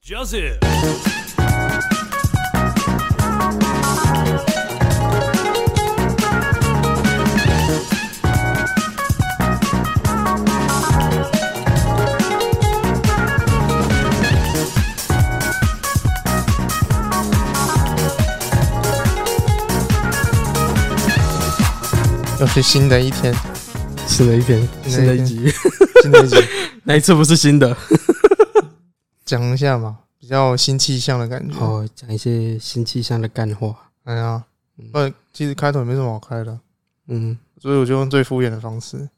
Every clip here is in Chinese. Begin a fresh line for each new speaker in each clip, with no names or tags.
Joseph。
又是新的一天，
新的一天，
新
新
的
的
一
一 集，
新的一集，
哪一次不是新的？
讲一下嘛，比较新气象的感觉。
哦，讲一些新气象的干话。
哎呀，
嗯
不，其实开头也没什么好开的，
嗯，
所以我就用最敷衍的方式。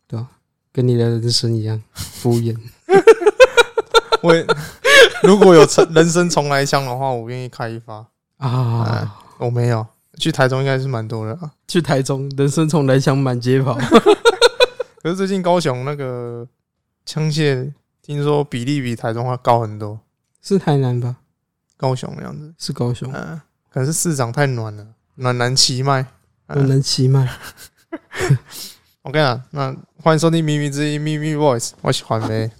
跟你的人生一 样敷衍。
我也如果有成人生重来枪的话，我愿意开一发。
啊，
我没有，去台中应该是蛮多的啊。
去台中，人生从来想满街 跑。
可是最近高雄那个枪械，听说比例比台中还高很多。
是台南吧？
高雄的样子，
是高雄
嗯、，可能是市长太暖了，暖男气脉。嗯
有人骑吗？
我跟你讲，那欢迎收听《秘密之音》《秘密 Voice》，我喜欢呗。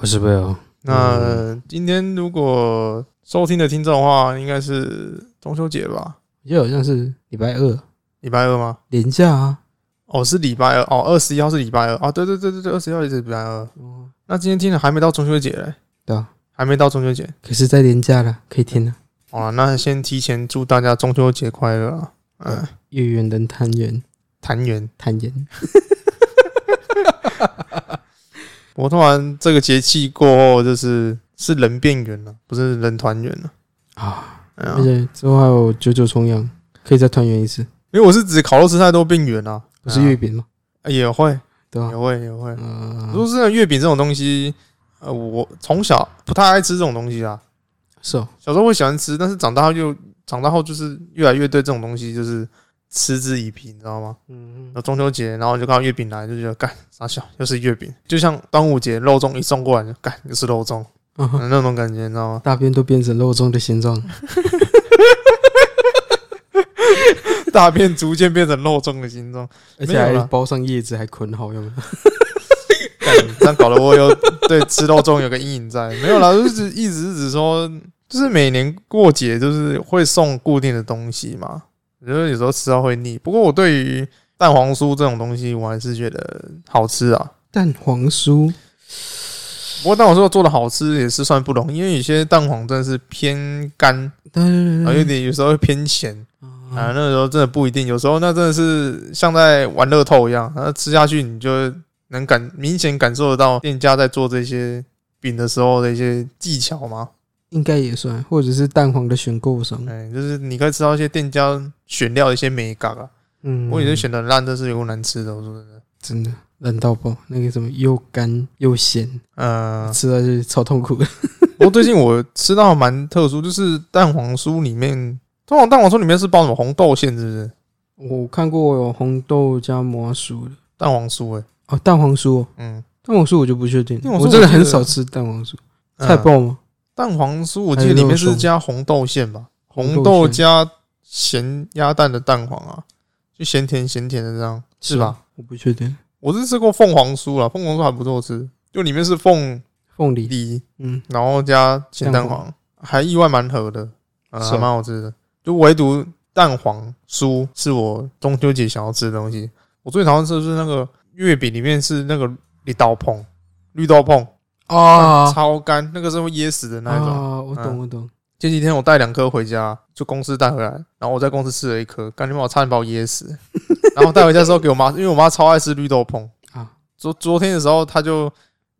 我是贝尔。
那、
嗯
今天如果收听的听众的话，应该是中秋节吧？
就好像是礼拜二
礼拜二吗？
连假啊。
哦，是礼拜二哦，二十一号是礼拜二哦，对对对对对，二十一号也是礼拜二。
哦，
那今天听的还没到中秋节嘞，
对啊，
还没到中秋节。
可是，在连假了，可以啊听了。
好了，那先提前祝大家中秋节快乐啊！嗯，
月圆人团圆，
团圆。
团圆。
我突然这个节气过后，就是是人变圆了，不是人团圆了
啊。
哎呀
而且之后还有九九重阳，可以再团圆一次。
因为我是指烤肉吃太多变圆了，
不是月饼吗？
哎呀也会
对吧
也？会也会。
嗯，
说真的，月饼这种东西，呃，我从小不太爱吃这种东西啊。
是哦。
小时候会喜欢吃，但是长大又长大后就是越来越对这种东西就是嗤之以鼻，你知道吗？
嗯
然后中秋节，然后就看到月饼来，就觉得干傻笑，又是月饼。就像端午节肉粽一送过来，就干又是肉粽，
嗯哼
嗯那种感觉，你知道吗？
大便都变成肉粽的形状，
大便逐渐变成肉粽的形状，没
而且
有啦
还包上叶子，还捆好， 有没有？
干这样搞得我有对吃肉粽有个阴影在。没有啦，就是一直是指说，就是每年过节就是会送固定的东西嘛，我觉得有时候吃到会腻。不过我对于蛋黄酥这种东西，我还是觉得好吃啊。
蛋黄酥
不过蛋黄酥做的好吃也是算不容易，因为有些蛋黄真的是偏干，
对
然后哦有
嗯
点有时候会偏咸啊。那
啊，
个时候真的不一定，有时候那真的是像在玩乐透一样，然后吃下去你就能感明显感受得到店家在做这些饼的时候的一些技巧嘛。
应该也算，或者是蛋黄的选购上。
哎，就是你可以吃到一些店家选料的一些美感啊。
嗯，
我也是选的烂，但是有够难吃的，我说真的。
真的烂到爆，那个什么又干又咸，
嗯，
吃下去超 痛苦的。
不过最近我吃到蛮特殊，就是蛋黄酥里面，通常蛋黄酥里面是包什么红豆馅，是不是？
我看过有红豆加麻薯的，
蛋黄酥、欸，哎，
哦，蛋黄酥哦，
嗯，
蛋黄酥我就不确定，
蛋黄酥
我真
我
的
记得
很少吃蛋黄酥。
嗯
菜包吗？
蛋黄酥，我记得里面是加红豆馅吧，
还有肉
红
松
豆加咸鸭蛋的蛋黄啊，就咸甜咸甜的这样，是吧？？
我不确定。
我是吃过凤凰酥啦，凤凰酥还不错吃，就里面是凤
凤梨，
梨，
嗯，
然后加咸蛋
蛋
黄，还意外蛮合的，呃，
是啊
还蛮好吃的。就唯独蛋黄酥是我中秋节想要吃的东西。我最讨厌吃的是那个月饼里面是那个绿豆碰，绿豆碰
啊
超干，那个是会噎死的那一种。
啊，我懂，
嗯
我懂。
前几天我带两颗回家，就公司带回来，然后我在公司吃了一颗，感觉我差点把我噎死。然后带回家之后给我妈，因为我妈超爱吃绿豆椪
啊。
昨昨天的时候，她就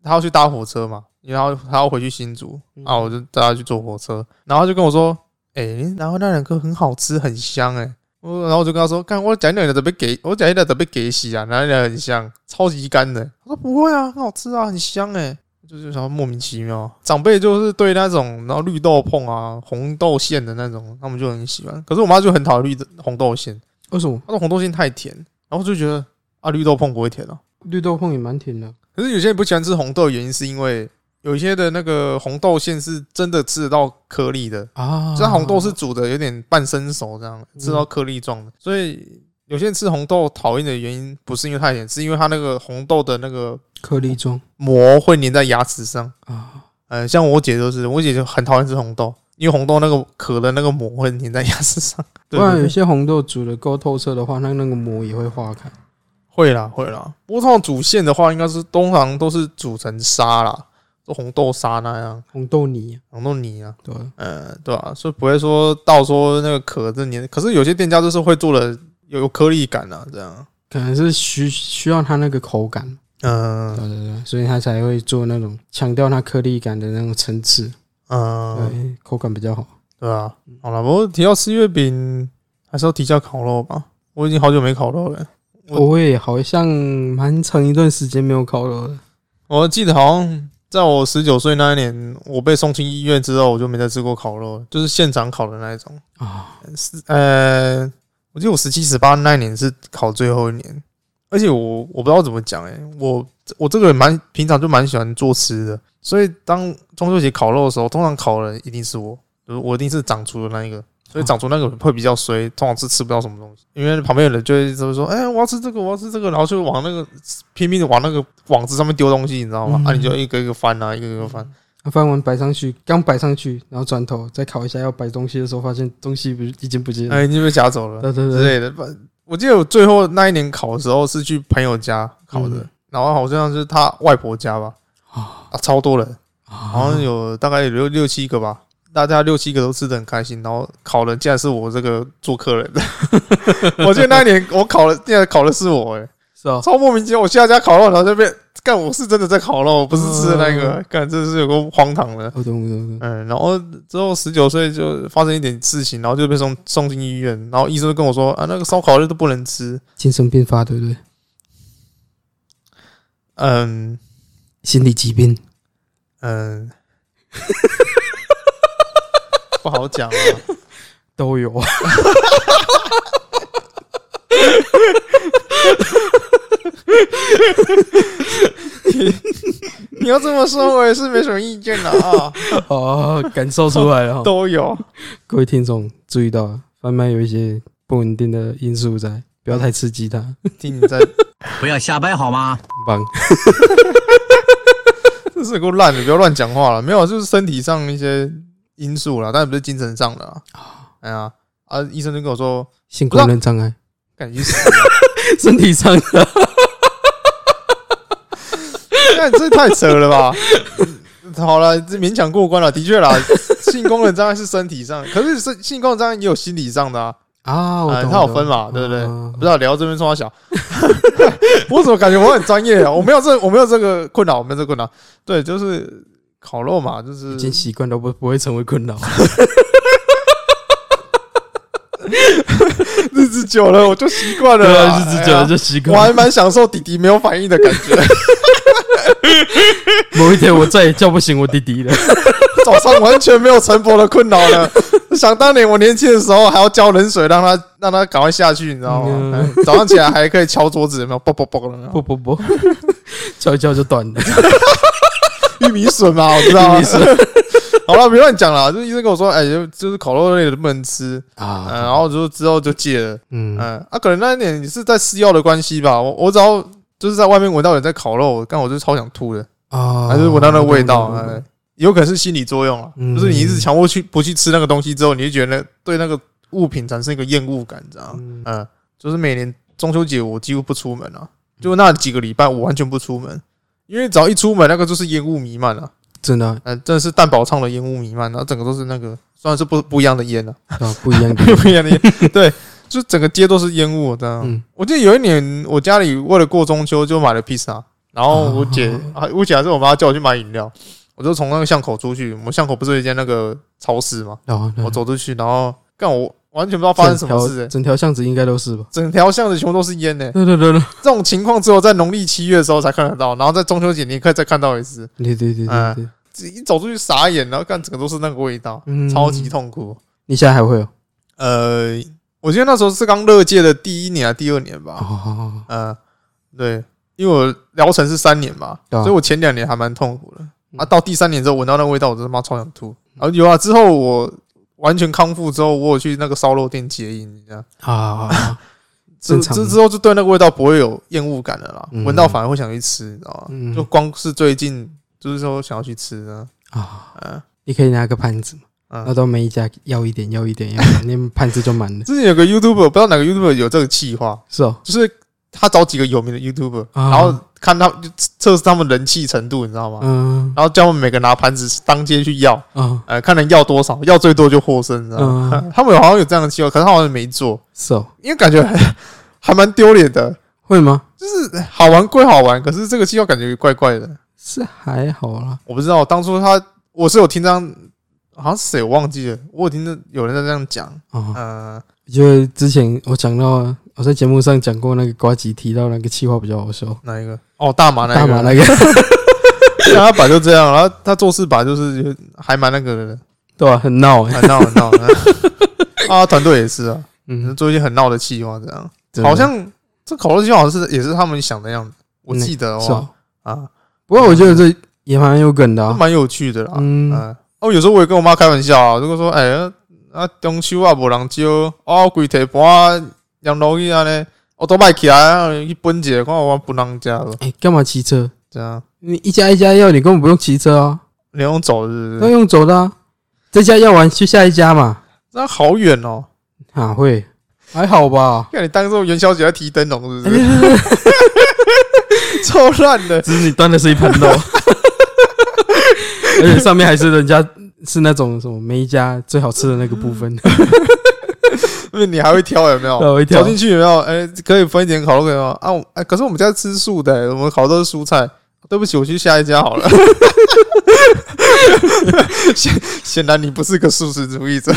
她要去搭火车嘛，然后她要回去新竹
嗯
啊，我就带她去坐火车，然后她就跟我说：“哎、然后那两颗很好吃，很香哎、我然后我就跟她说：“看我讲一两个准备给，我讲一两准备给洗啊，哪里很香，超级干的。”她说：“不会啊，很好吃啊，很香哎、就是想要莫名其妙，长辈就是对那种然后绿豆碰啊、红豆馅的那种，他们就很喜欢。可是我妈就很讨厌绿豆红豆馅，
为什么
她说红豆馅太甜，然后就觉得啊绿豆碰不会甜哦、
绿豆碰也蛮甜的？
可是有些人不喜欢吃红豆，原因是因为有一些的那个红豆馅是真的吃得到颗粒的，
啊，
这红豆是煮的有点半生熟这样，吃到颗粒
嗯
状的，所以。有些人吃红豆讨厌的原因不是因为太甜，是因为它那个红豆的那个
颗粒状
膜会粘在牙齿上，
啊，
哎、呃，像我姐就是，我姐就很讨厌吃红豆，因为红豆那个壳的那个膜会粘在牙齿上。 对
不然
对
有
对，
些红豆煮的够透彻的话，那那个膜也会化开。
会啦会啦。不过通常煮馅的话，应该是通常都是煮成沙啦，就红豆沙那样，
红豆泥，
红豆泥啊，
对啊，
呃，对吧、所以不会说到说那个壳这粘。可是有些店家就是会做的有有颗粒感啊，这样。
可能是需需要它那个口感，
嗯、
对对对，所以它才会做那种强调它颗粒感的那种层次，
嗯、
对，口感比较好。
对啊，好了，不过提到吃月饼，还是要提一下烤肉吧。我已经好久没烤肉了，我
我也好像蛮长一段时间没有烤肉了，
我记得好像在我十九岁那一年，我被送进医院之后，我就没再吃过烤肉了，就是现场烤的那一种。
啊，
是呃，我记得我十七、十八那一年是考最后一年，而且我我不知道怎么讲诶、欸我我这个人蛮平常就蛮喜欢做吃的，所以当中秋节烤肉的时候，通常烤的人一定是我，就是我一定是长厨的那一个，所以长厨那个会比较衰，通常是吃不到什么东西，因为旁边有人就会就会说，哎、我要吃这个，我要吃这个，然后就往那个拼命的往那个网子上面丢东西，你知道吗？
嗯
啊，你就一个一个翻啊，一个一个翻，
那饭碗摆上去，刚摆上去，然后转头再烤一下要摆东西的时候，发现东西不是已经不见了，
哎，你被夹走了。
对对
之
对，
类的。不，我记得我最后那一年考的时候是去朋友家考的，
嗯
然后好像是他外婆家吧，
啊，
啊，超多人，好
好
像有大概有六六七个吧，大家六七个都吃的很开心，然后考的竟然是我这个做客人，我记得那一年我考了，竟然考的是我、欸，
是哦，
超莫名其妙，我去他家烤肉，然后这边干我是真的在烤肉，我不是吃的那个，干真的是有个荒唐的。
我哦懂我懂我懂，
嗯，然后之后十九岁就发生一点事情，然后就被送送进医院，然后医生就跟我说啊，那个烧烤肉都不能吃，
精神病发对不对？
嗯
心理疾病，
嗯，不好讲啊，
都有啊。
你要这么说，我也是没什么意见 的啊，
哦，感受出来了、哦。
都有，
各位听众注意到，贩卖有一些不稳定的因素在，不要太刺激它。很
听 你在，
不要瞎掰好吗？
棒，
这是够烂的，不要乱讲话了，没有，就是身体上一些因素啦，但不是精神上的啊，哎呀，啊，医生就跟我说，
性功能障碍，
感觉死了，
身体上的。
那这太扯了吧？好了，这勉强过关了，的确啦，性功能障碍是身体上，可是是性功能障碍也有心理上的啊。
啊，我
啊，
懂，
它有
我懂
分嘛，对不对？
啊
不知道聊这边说他小， 我怎么感觉我很专业啊？我没有这，我没有这个困扰，我没有这个困扰。对，就是烤肉嘛，就
已经
是
习惯都不不会成为困扰。
日子久了，我就习惯了啦。
啊日子久了
哎呀
就习
我还
惯。
蛮享受弟弟没有反应的感觉。
某一天我再也叫不醒我弟弟了。
早上完全没有晨勃的困扰了。 想当年我年轻的时候，还要浇冷水，让他让他赶快下去，你知道吗？
嗯
哎 早上起来还可以敲桌子，有没有？啵啵啵 的那种，
不不不，叫一叫就断了。
玉米笋嘛，我知道啊。
玉米笋
好了，别乱讲了。就是医生跟我说，哎、就就是烤肉类的不能吃，嗯、
啊，
然后就之后就戒了，嗯、
嗯，
啊，可能那一年你是在吃药的关系吧，我我只要就是在外面闻到有人在烤肉，我刚我就超想吐的，
啊，
还是闻到那个味道，
我懂我懂
哎有可能是心理作用啊，
嗯
就是你一直强迫去不去吃那个东西之后，你就觉得那对那个物品产生一个厌恶感，这样，
嗯
嗯，就是每年中秋节我几乎不出门啊，就那几个礼拜我完全不出门，因为只要一出门，那个就是烟雾弥漫啊。
真的
嗯，真的是蛋堡唱的烟雾弥漫，然后整个都是那个，虽然是不不一样的烟啊，
啊，不一样的。
不一样的烟，对，就整个街都是烟雾这样。
嗯
我记得有一年，我家里为了过中秋就买了披萨，然后我姐
哦
啊，我姐还是我妈叫我去买饮料，我就从那个巷口出去，我们巷口不是有一间那个超市嘛，
然后
我走出去，然后干我完全不知道发生什么事、欸
嗯整条巷子应该都是吧？
整条巷子全部都是烟呢、
对对对对
这种情况只有在农历七月的时候才看得到，然后在中秋节你可以再看到一次。
对对对对对，
自己一走出去傻眼，然后干整个都是那个味道，
嗯
超级痛苦。
你现在还会有？
呃，我记得那时候是刚乐界的第一年啊，第二年吧。
哦，
呃，对，因为我疗程是三年嘛，
对啊
所以我前两年还蛮痛苦的。
嗯
啊，到第三年之后闻到那个味道，我真他妈超想吐。然后有啊，之后我完全康复之后，我有去那个烧肉店戒烟，你知道，
啊，
这
正常
这之后就对那个味道不会有厌恶感了啦，
嗯
闻到反而会想去吃，你知道吗？
嗯
就光是最近就是说想要去吃呢，
啊、
嗯
你可以拿个盘子嘛，
嗯
那到每一家要一点，要一点，要一 点，那盘子就满了，
之前有个 YouTuber，不知道哪个 YouTuber 有这个计划，
是哦，
就是他找几个有名的 YouTuber，、
啊
然后看他就测试他们人气程度，你知道吗？
嗯
然后叫他们每个拿盘子当街去要，
啊，
呃，看能要多少，要最多就获胜，你知道吗？
嗯
他们好像有这样的计划，可是他好像没做，
是哦，
因为感觉 还还蛮丢脸的。
会吗？
就是好玩归好玩，可是这个计划感觉怪怪的。
是还好啦，
我不知道当初他我是有听张，好像是谁我忘记了，我有听到有人在这样讲，
啊，
呃，
就之前我讲到，我在节目上讲过那个瓜吉提到那个气话比较好笑，
哪一个？哦，大麻那一
大
个，
马那个，
他把就这样，然后他做事把就是还蛮那个的，
对吧？很闹欸，
很闹很闹。 啊，团队也是啊，
嗯，
做一些很闹的企划，这样
真的
好像这烤肉计划好像是也是他们想的样子，我记得
是
哦
哦，
啊，
不过我觉得这也蛮有梗的
都
啊，
蛮有趣的啦。
嗯，
嗯，哦，有时候我也跟我妈开玩笑啊，如果说哎、啊中秋啊无人招，哦规提盘养老去啊安尼，我都卖起来啊去分一下，看我分人家了，
哎，干嘛骑车？
啊这样
你一家一家要，你根本不用骑车啊，
你用走是不
都
是？
用走的啊，这家要完去下一家嘛，
那好远哦，
哪会？还好吧，
看你当做元宵节在提灯笼是不
哎
是？ 超烂的，
只是你端的是一盆肉， 而且上面还是人家是那种什么每一家最好吃的那个部 分，
因为你还会挑有没有？
我一
走
跳
进去有没有？哎、可以分一点烤肉给我啊！我哎、可是我们家吃素的、我们烤的都是蔬菜。对不起，我去下一家好了。 显显然你不是个素食主义者，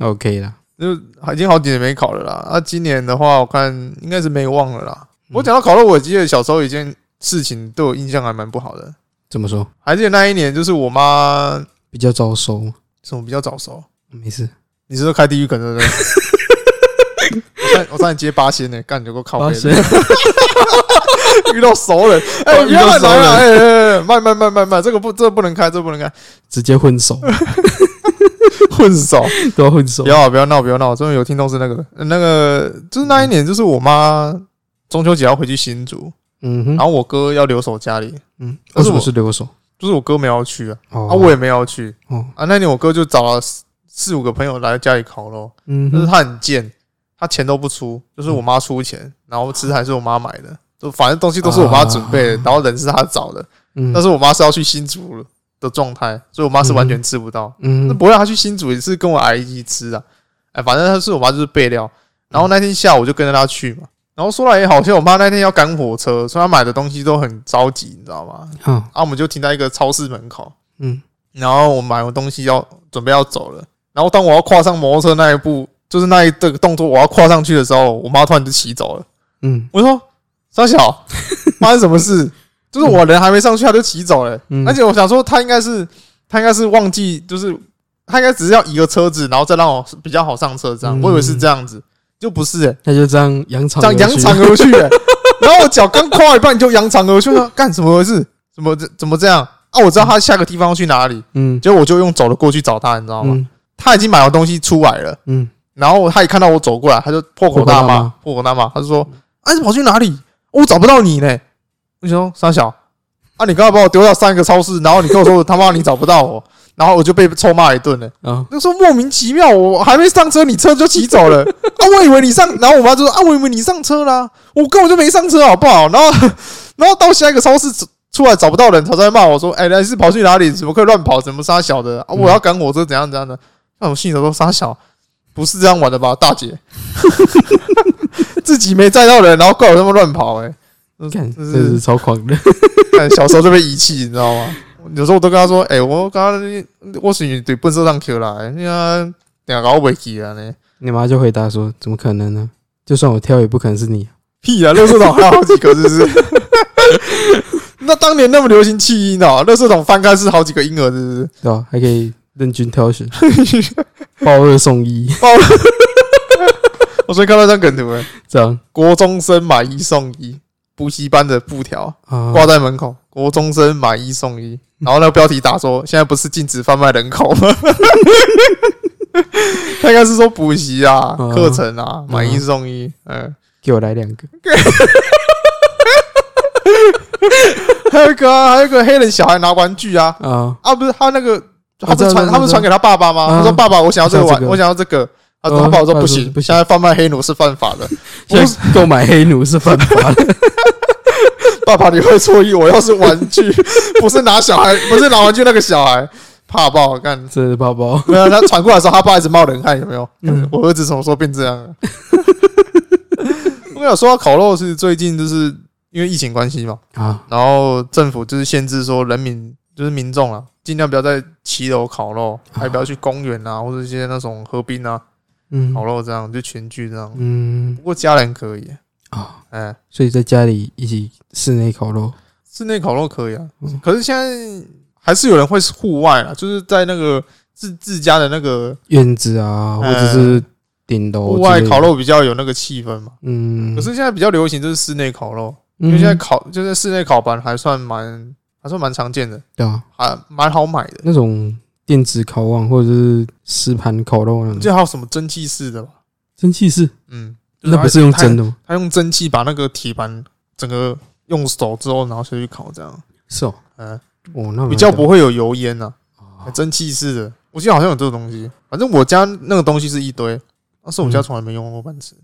OK 啦。
就已经好几年没烤了啦。啊，今年的话，我看应该是没忘了啦。我讲到烤肉，我记得小时候有一件事情对我印象还蛮不好的，
怎么说？
还记得那一年就是我妈
比较招收，
什么比较早熟，
没事。
你是说开地狱梗对 不对？我差点我差点接八仙呢、干你就给我靠背
发
了。
现
遇到熟人，哎、
哦
不要
遇到熟
来
人
了，哎哎哎，慢慢慢慢慢，这个不，这个不能开，这个不能开，
直接 混熟，
混手，
都要混熟
不。要不要闹，不要闹，终于有听众是那个呃那个，就是那一年，就是我妈中秋节要回去新竹，
嗯
然
哼，
后我哥要留守家里，
嗯，为
但是
什
我
么是留守？
就是我哥没有要去啊，
哦
啊，我也没有要去
哦，
啊，那年我哥就找了四四五个朋友来家里烤肉，
嗯
就是
哼，
他很贱，他钱都不出，就是我妈出钱，然后吃还是我妈买的，就反正东西都是我
啊
妈准备的，然后人是他找的，
嗯
但是我妈是要去新竹的状态，所以我妈是完全吃不到。那
嗯
不会，啊她去新竹也是跟我阿姨一起吃啊。哎，反正她是我妈就是备料。然后那天下午就跟着她去嘛。然后说来也好像我妈那天要赶火车，所以她买的东西都很着急，你知道吗？
啊
啊，我们就停在一个超市门口，
嗯，
然后我买完东西要准备要走了。然后当我要跨上摩托车那一步，就是那一这个动作我要跨上去的时候，我妈突然就骑走了。
嗯
我说：“沙小，发生什么事？就是我人还没上去，他就骑走了、
嗯
而且我想说，他应该是他应该是忘记，就是他应该只是要移个车子，然后再让我比较好上车这样。
嗯
我以为是这样子，就不是、欸，
那就这样扬长
这样
而
扬
去
长而去、 欸。然后我脚刚跨一半就扬长而去，我说干什么回事？怎么这怎么这样？啊，我知道他下个地方要去哪里，
嗯
结果我就用走的过去找他，你知道吗？
嗯
他已经买完东西出来了。”
嗯，
然后他一看到我走过来，他就破口大骂，破口大骂，他就说：“啊，你跑去哪里？我找不到你呢！”我就说：“傻小，啊，你刚才把我丢到上一个超市，然后你跟我说他妈你找不到我，然后我就被臭骂一顿呢。
啊
那时候莫名其妙，我还没上车，你车就骑走了啊！我以为你上，然后我妈就说：啊，我以为你上车啦，我根本就没上车，好不好？ 然后，然后到下一个超市出来找不到人，他在骂我说：哎，你是跑去哪里？怎么可以乱跑？怎么傻小的？啊，我要赶火车，怎样怎样的？那我心里头说：傻小。”不是这样玩的吧，大姐？ 自己没载到人，然后怪我他妈乱跑、欸， 哎，
看
就
这
是
是超狂的，
看小时候就被遗弃，你知道吗？有时候我都跟他说：“哎、我刚刚我是你对笨色上 Q 啦，你看两个我袂记啊呢，
你妈就回答说：“怎么可能呢？就算我挑，也不可能是你。
屁啊，垃圾桶还有好几个，是不是？ 那当年那么流行弃婴哦，垃圾桶翻开是好几个婴儿，是不是？”
对吧？还可以任君 挑选，包二送一，
我昨天看到一张梗图、欸，
这样
国中生买一送一，补习班的布条，
啊，
挂在门口，国中生买一送一，然后那个标题打说现在不是禁止贩卖人口吗？ 他应该是说补习啊、
嗯
课程啊，买一哎送一，嗯，
给我来两个，
还有一个啊，还有一个黑人小孩拿玩具啊
啊，
啊，不是他那个他不
知道
是传
知道
他不
知
是
道
传给他爸爸吗？
啊
他说爸爸，我想要这个
我啊
玩
想这，个
我想要这个。他说
嗯
他爸爸说
爸爸
不
说
行，
不行
现在贩卖黑奴是犯法的。
现在购买黑奴是犯 法的，
爸爸，你会错意，我要是玩 具，不是拿小孩，不是拿玩具那个小孩，怕爆干。
这是包包。
没有，他传过来的时候，他爸一直冒冷汗，有没有？
嗯
我儿子什么时候变这样了？ 我想说到烤肉是最近就是因为疫情关系嘛，
啊，
然后政府就是限制说人民就是民众啊，尽量不要在骑楼烤肉，还不要去公园啊，或者一些那种河滨啊
嗯，
烤肉这样就群聚这样。
嗯
不过家人可以，
啊，
哎，
所以在家里一起室内烤肉，
室内烤肉可以啊
嗯，
可是现在还是有人会户外啊，就是在那个自自家的那个
院子啊，或
嗯
者是顶楼
户外
哦之类的
烤，肉比较有那个气氛嘛。
嗯，
可是现在比较流行就是室内烤肉，
因
因为现在烤就是室内烤盘还算蛮还算蛮常见的，
对啊，
还蛮好买的。
那种电子烤网或者是石盘烤肉那
我记
种
得还有什么蒸汽式的吧？
蒸汽式，
嗯，就是
那不是用
它
蒸的吗？
他用蒸汽把那个铁盘整个用熟之后，然后下去烤，这样，
是哦，
嗯，
哦，那
比较不会有油烟呐、
啊
蒸汽式的，我记得好像有这个东西。反正我家那个东西是一堆，但是我家从来没用过半次。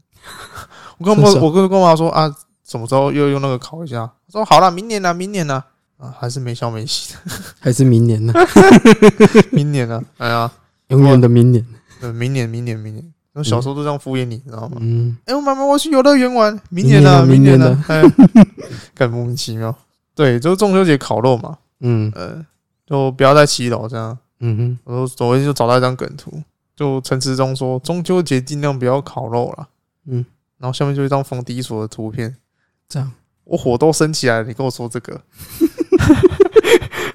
我跟我
真是啊
我跟我妈说嗯啊，什么时候又用那个烤一下？她说好啦，明年啦，明年啦，啊，还是没消没息的，
还是明年呢，
明年啦， 哎呀，
永远的明年，
对呃明年，明年，明年。那小时候都这样敷衍你，你知道吗？
嗯，
哎、我妈妈，我去游乐园玩，明
年
年
啊
啊，明
明
年
年
啊，哎， 干莫名其妙。对，就是中秋节烤肉嘛，
嗯
呃，就不要再骑楼这样。
嗯哼，
我说昨天就找到一张梗图，就陈时中说中秋节尽量不要烤肉了，
嗯，
然后下面就一张冯迪所的图片，
这样
我火都升起来了，你跟我说这个，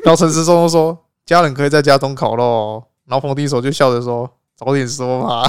然后陈时中就说家人可以在家中烤肉、哦，然后冯迪所就笑着说早点说嘛，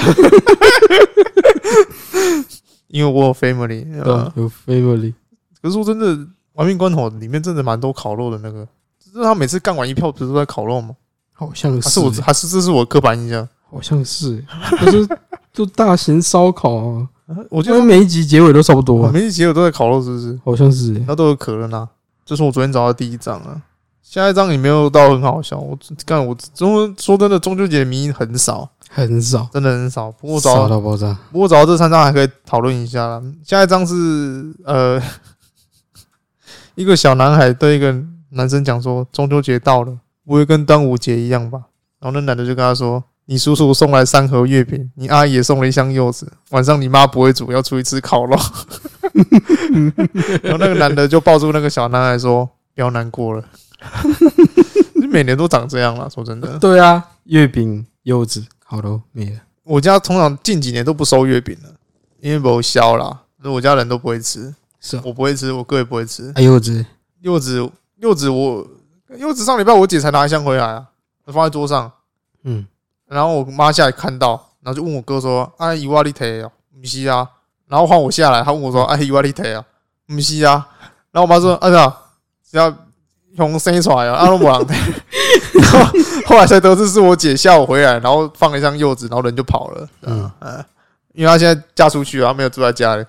因为我有 family，
对
呃
啊，有 family，
可是说真的，《玩命关头》里面真的蛮多烤肉的那个，就是他每次干完一票不是都在烤肉吗？
好像
还啊是我
是，
还是这是我刻板印象？
好像是，就是就大型烧烤啊，
我记
因
得
为每一集结尾都差不多
我
啊，
每一集我都在烤肉，是不是？
好像是欸，
那都有可能啊。这是我昨天找到的第一张啊，下一张也没有到很好笑。我干我中说真的，中秋节迷因很少，
很少，
真的很少。不过我找
少
到
到爆炸，
不过找到这三张还可以讨论一下啦。下一张是呃， 一个小男孩对一个男生讲说：“中秋节到了，不会跟端午节一样吧？”然后那男的就跟他说：“你叔叔送来三盒月饼，你阿姨也送了一箱柚子，晚上你妈不会煮，要出去吃烤肉。” 然后那个男的就抱住那个小男孩说：“不要难过了。” 每年都长这样了，说真的，
对啊，月饼、柚子、烤肉没了，
我家通常近几年都不收月饼了，因为没销啦，所以我家人都不会吃，
是哦，
我不会吃，我哥也不会吃。
啊，柚子，
柚子，柚子我柚子上礼拜我姐才拿一箱回来啊，放在桌上，
嗯，
然后我妈下来看到，然后就问我哥说：“啊，伊瓦利提哦，不是啊。”然后换我下来，他问我说：“啊，伊瓦利提啊，不是啊。”然后我妈说：“啊，啥？只要从生出来啊，阿都无人提。” 然后后来才得知是我姐下午回来，然后放了一箱柚子，然后人就跑了。嗯
嗯
嗯，因为她现在嫁出去了，啊她没有住在家里，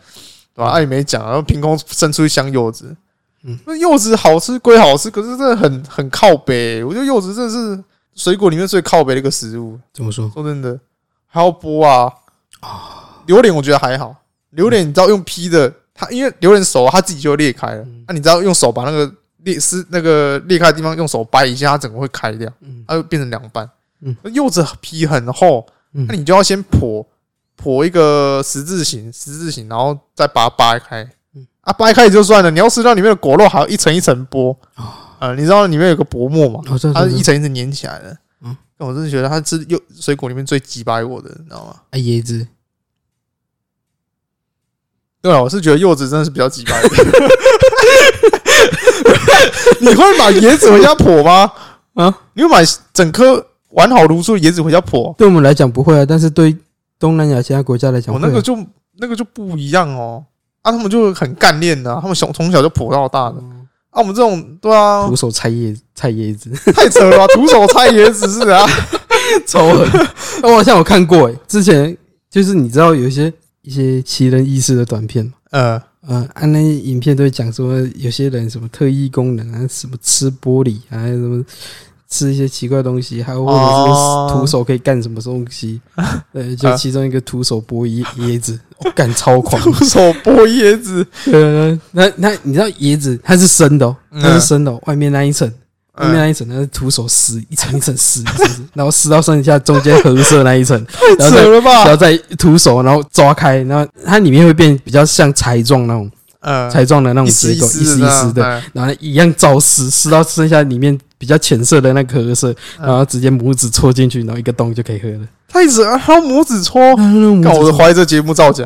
对吧？啊，也没讲，然后凭空生出一箱柚子。
嗯
那柚子好吃归好吃，可是真的很很靠北、我觉得柚子真的是水果里面最靠北的一个食物。
怎么说？
说真的，还要剥啊。榴莲我觉得还好，榴莲你知道用劈的，它因为榴莲熟啊，它自己就会裂开了。啊
嗯
那、你知道用手把那个裂撕那个裂开的地方用手掰一下，它整个会开掉，
嗯
它就变成两半
嗯。
柚子皮很厚，
嗯
那你就要先剖剖一个十字形，十字形，然后再把它掰开
嗯。
啊，掰开也就算了，你要吃到里面的果肉，还要一层一层剥
啊。
呃，你知道里面有个薄膜嘛？
哦，这
它
这
是啊一
这
层一层粘起来的。
嗯
嗯，我真的觉得它是柚水果里面最击败我的，你知道吗？
啊椰子，
对啊，我是觉得柚子真的是比较击败的。 你会买椰子回家剖吗？
啊，
你会买整颗完好如初的椰子回家剖？
对我们来讲不会啊，但是对东南亚其他国家来讲
我
会啊，
哦那个就那个就不一样哦。啊，他们就很干练的啊、他们从从小就剖到大的。
嗯
啊，我们这种对啊
徒，手拆叶拆叶 子，
太扯了吧，徒手拆椰子是啊。
超狠！ 哦我好像欸有看过诶、之前就是你知道有一些一些奇人异事的短片，
呃，
呃，按、那些影片都会讲说，有些人什么特异功能啊，什么吃玻璃啊，什么吃一些奇怪的东西，还有或
哦啊
者是徒手可以干什么 东西。对，就其中一个徒手剥椰椰子，我、干超狂。
徒 手剥椰子，
呃，那那你知道椰子它是生的、哦，
嗯
它是生的、哦，外面那一层，外面
嗯，
那一层它是徒手撕，一层一层撕，一层撕，然后撕到剩下中间褐色那 一层，然后
扯
再
了
然后
吧？
再徒手，然后抓开，然后它里面会变比较像柴状那种
嗯，
柴状的那种
一丝
结
一
构，一丝
丝
一丝的，
的，嗯
然后一样照撕，撕到剩下里面比较浅色的那个褐色，
嗯
然后直接拇指戳进去，然后一个洞就可以喝了。
太扯了，还有拇指戳，
嗯
看
看
我怀疑这节目造 假，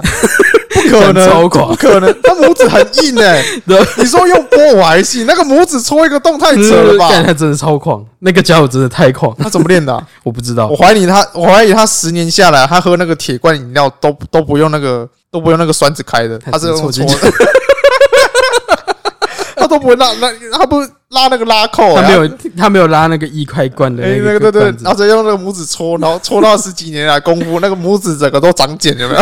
不可能，
超狂
不可能，他拇指很硬哎、
对
你说用剥我还信，那个拇指戳一个洞太扯了吧？
干他真的超狂，那个家伙真的太狂，
他怎么练的啊、
我不知道
我。怀疑他，我怀疑他十年下来，他喝那个铁罐饮料都都不用那个都不用那个栓子开的，
他
他是用
直接
戳
戳进
的， 他都不会拉那他不拉那个拉扣、欸，
他没有，他没有拉那个一块罐的
哎、
那
那
个
个对对，
罐子
然后，直接用那个拇指戳，然后戳到十几年来功夫，那个拇指整个都长茧， 有没有？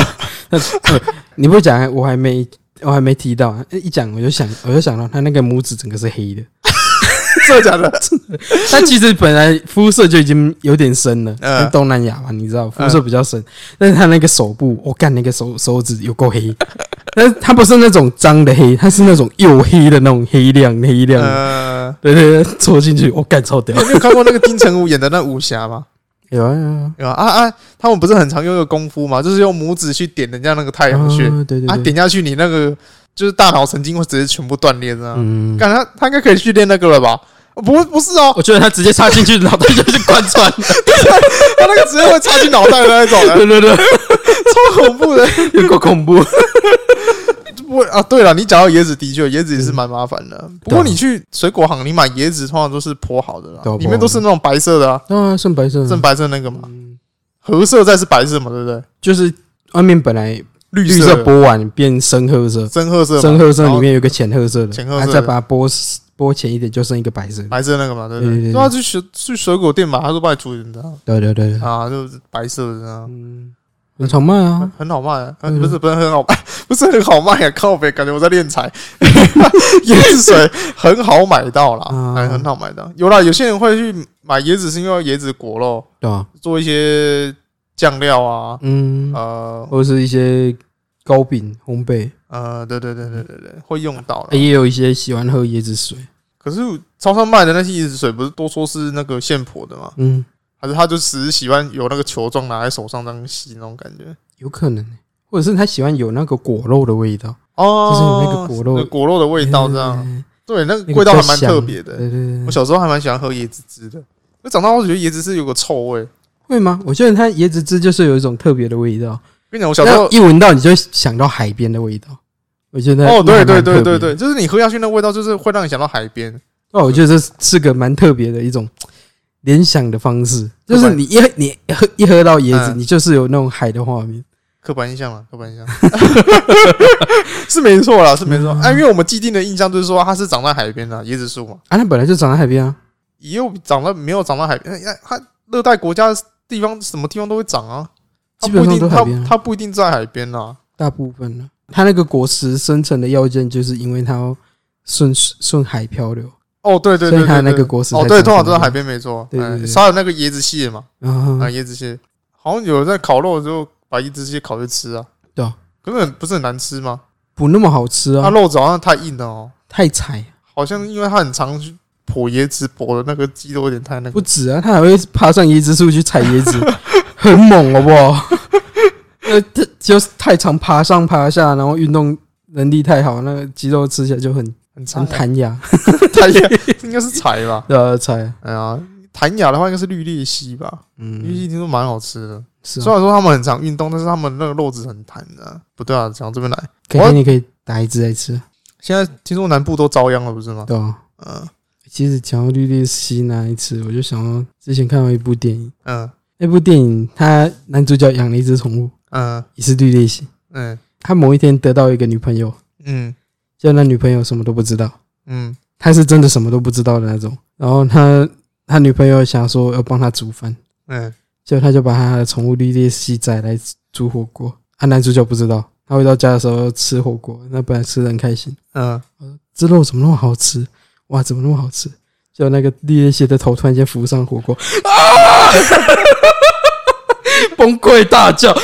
你不讲，我还没，我还没提到啊。一讲我就想，我就想到他那个拇指整个是黑 的，
真的假的？
他其实本来肤色就已经有点深了，
嗯
嗯、东南亚嘛，你知道肤色比较深，但是他那个手部，我、哦干那个手手指有够黑， 但是他不是那种脏的黑，他是那种黝黑的那种黑亮黑亮的，
呃，
对对对，戳进去，我、哦干超屌，
你有看过那个金城武演的那武侠吗？
有啊有啊，
有啊啊啊！他们不是很常用一个功夫嘛，就是用拇指去点人家那个太阳穴，
啊对对
啊，
对，
点下去你那个就是大脑神经会直接全部断裂的。
嗯，
感觉他他应该可以去练那个了吧？不不是哦，
我觉得他直接插进去，脑袋就是贯 穿，
他那个直接会插进脑袋的那一种，啊
对对对，
超恐怖的。
有够恐怖。
不啊，对了，你讲到椰子，的确椰子也
嗯
是蛮麻烦
啊
的。不过你去水果行，你买椰子通常都是剥好的
对
啦
啊，
里面都是那种白色的啊，
啊，剩白色的
正白色那个嘛，
嗯
褐色再是白色嘛，对不对？
就是外面本来
绿
绿
色
色
的
剥完变深褐色，
深褐色嘛，
深褐色
然
里
后
面有一个浅褐色的，
浅褐色啊
啊
的
再把它剥剥浅一点，就剩一个白色的。
白色那个嘛，对不对？
对对对
对啊，去水去水果店买，他都帮你处理的
对对对，对
啊，就是白色的啊。
嗯，很常卖啊，
很好卖、啊，呃
嗯
不是不是很好 卖，不是很好卖啊！靠北，感觉我在练财。 椰子水很好买到啦，
啊
哎，很好买到。有啦，有些人会去买椰子，是因为椰子果肉
对吧？
做一些酱料啊，
嗯，
呃
或者是一些糕饼烘焙，
呃，对对对对对
嗯
对，会用到啦。
也有一些喜欢喝椰子水。
可是超商卖的那些椰子水，不是多说是那个现pour的吗？
嗯，
还是他就只是喜欢有那个球状拿在手上这样吸那种感觉？
有可能欸，或者是他喜欢有那个果肉的味道，
哦，
就是有那个果肉
那果肉的味道这样，
嗯
对，那
那
个
个
味道还
比较
蛮
香
特别的。
对对
我
对，
小时候还蛮喜欢喝椰子汁的，我长大后觉得椰子汁有个臭味。
会吗？我觉得它椰子汁就是有一种特别的味道，
跟你讲，我小时
然
候
后一闻到你就会想到海边的味道。我觉得
哦，对
那还
对
蛮
对
特别
对
的
对，就是你喝下去那味道，就是会让你想到海边。
哦，我觉得这是个蛮特别的一种联想的方式，
对
就
吧
是你一喝你一喝一喝到椰子，
哦嗯
你就是有那种海的画面。
刻板印象了，刻板印 象是没错啦，是没
嗯
错。哎，因为我们既定的印象就是说它是长在海边的椰子树嘛，
啊，它本来就长在海边啊，
也有长在没有长到海边，哎它热带国家地方什么地方都会长啊，它
基
不
本
一
上
定
都海边
它
啊
它不一定在海边啊啦。
大部分呢。它那个果实生成的要件，就是因为它要顺顺海漂流
哦，对对
所
对
以
对，
它那
对
个果实
哦，
才
对，
长
通常
在
都在
那
海边没错。
对对
哎
对
杀了那个椰子蟹嘛，啊，
啊。
椰子蟹，好像有人在烤肉的时候把椰子蟹烤着吃啊。
对啊，
根本不是很难吃吗？
不那么好吃
它
啊，
肉质好像太硬了哦，
太柴
好像因为它很常去剖椰子，剖的那个肌肉有点太那
不
个。
止啊，它还会爬上椰子树去采椰 子，很猛好不好？那它就是太常爬上爬下，然后运动能力太好，那个肌肉吃起来就很
很长
很弹牙，
弹牙， 应该是柴吧？
对啊，柴啊，
哎呀，弹牙的话应该是绿鬣蜥吧？绿鬣
嗯，
蜥听说蛮好吃的，
是啊
虽。然说他们很常运动，但是他们那个肉质很弹的啊。不对啊，讲到这边来，
改
我
天你可以打一只来吃，
现在听说南部都遭殃了，不是吗？
对吧？
嗯
其实讲到绿鬣蜥那一次，我就想到之前看到一部电影，
嗯
那部电影它男主角养了一只宠物，
嗯
也是绿鬣蜥。
嗯
他某一天得到一个女朋友，
嗯
结果那女朋友什么都不知道，
嗯
他是真的什么都不知道的那种。然后他他女朋友想说要帮他煮饭，
嗯，
结果他就把他的宠物绿鬣蜥宰来煮火锅，啊，男主角不知道，他回到家的时候吃火锅，那本来吃的很开心，
嗯，
这肉怎么那么好吃？哇，怎么那么好吃？就那个裂蟹的头突然间浮上火锅，啊！ 崩溃大叫，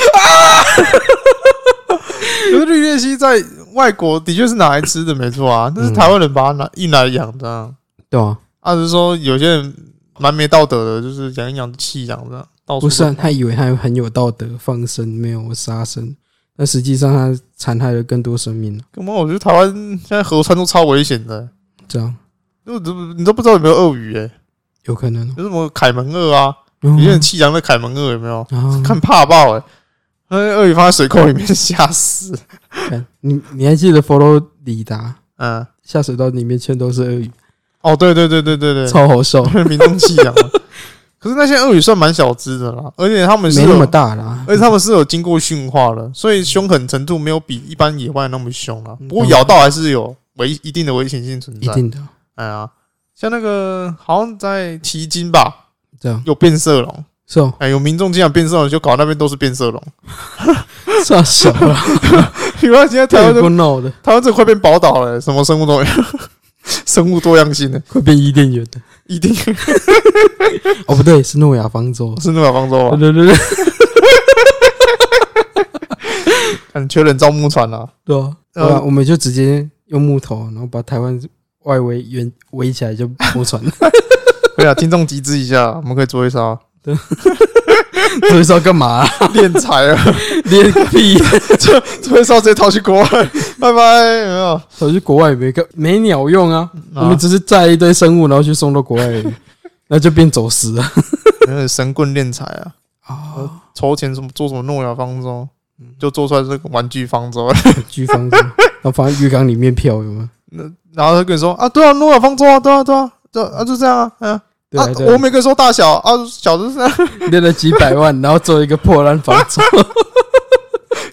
可是绿鬣蜥在外国的确是拿来吃的，没错啊，但是
嗯
台湾人把它拿运来养的啊，
对啊，
啊，就是说有些人蛮没道德的，就是养一养弃养的，到处
不是、啊，
都
他以为他很有道德，放生没有杀生，但实际上他残害了更多生命了。啊
根本我觉得台湾现在河川都超危险的，
这样
就都你都不知道有没有鳄鱼诶、
有可能哦，
有什么凯门鳄啊，
有
有些人弃养的凯门鳄有没有？
然后
看怕爆诶、那鳄鱼放在水沟里面 吓死，
看你，你还记得佛罗里达
嗯，
下水道里面全都是鳄鱼，
哦，对对对对对对，哦
超好笑，
被民众弃养了。可是那些鳄鱼算蛮小只的啦，而且它们是
没那
有
么大啦。
而且它们是有经过驯化的，所以凶狠程度没有比一般野外那么凶了、
嗯
不过咬到还是有危一定的危险性存
一
在。
定的，
哎呀，像那个好像在奇经吧，
这样
有变色龙，
是哦，
哎，有民众经常变色龙，就搞那边都是变色龙。
这小了，
你看现在台湾
太
都
够闹的，
台湾这快变宝岛了、什么生物都有， 生物多样性的，
会变伊甸园的。
一定
哦，不对，是诺亚方舟。
是诺亚方舟
对
啊，
对对对，
很缺人造木船啊。
对啊，
呃
对啊我们就直接用木头，然后把台湾外围围围起来，就不 传了。
对啊，听众集资一下，我们可以做一艘
所以说干嘛啊？
敛财啊，
连个屁！
做一艘直接逃去国外，拜拜，有没有？
跑去国外也没个没鸟用啊，我
啊
们只是载一堆生物，然后去送到国外而已，那就变走私了。
那个神棍敛财啊，
啊，
筹钱什么做什么诺亚方舟，
嗯
就做出来这个玩具方舟。
巨方舟， 然后放在浴缸里面漂，有没有？
那然后他跟你说啊，对啊，诺亚方舟啊，对啊，对啊，对啊，啊就这样啊，嗯、啊，
对啊，对
我
啊，
每个说大小啊，小就是 这样，
练了几百万，然后做一个破烂房 子，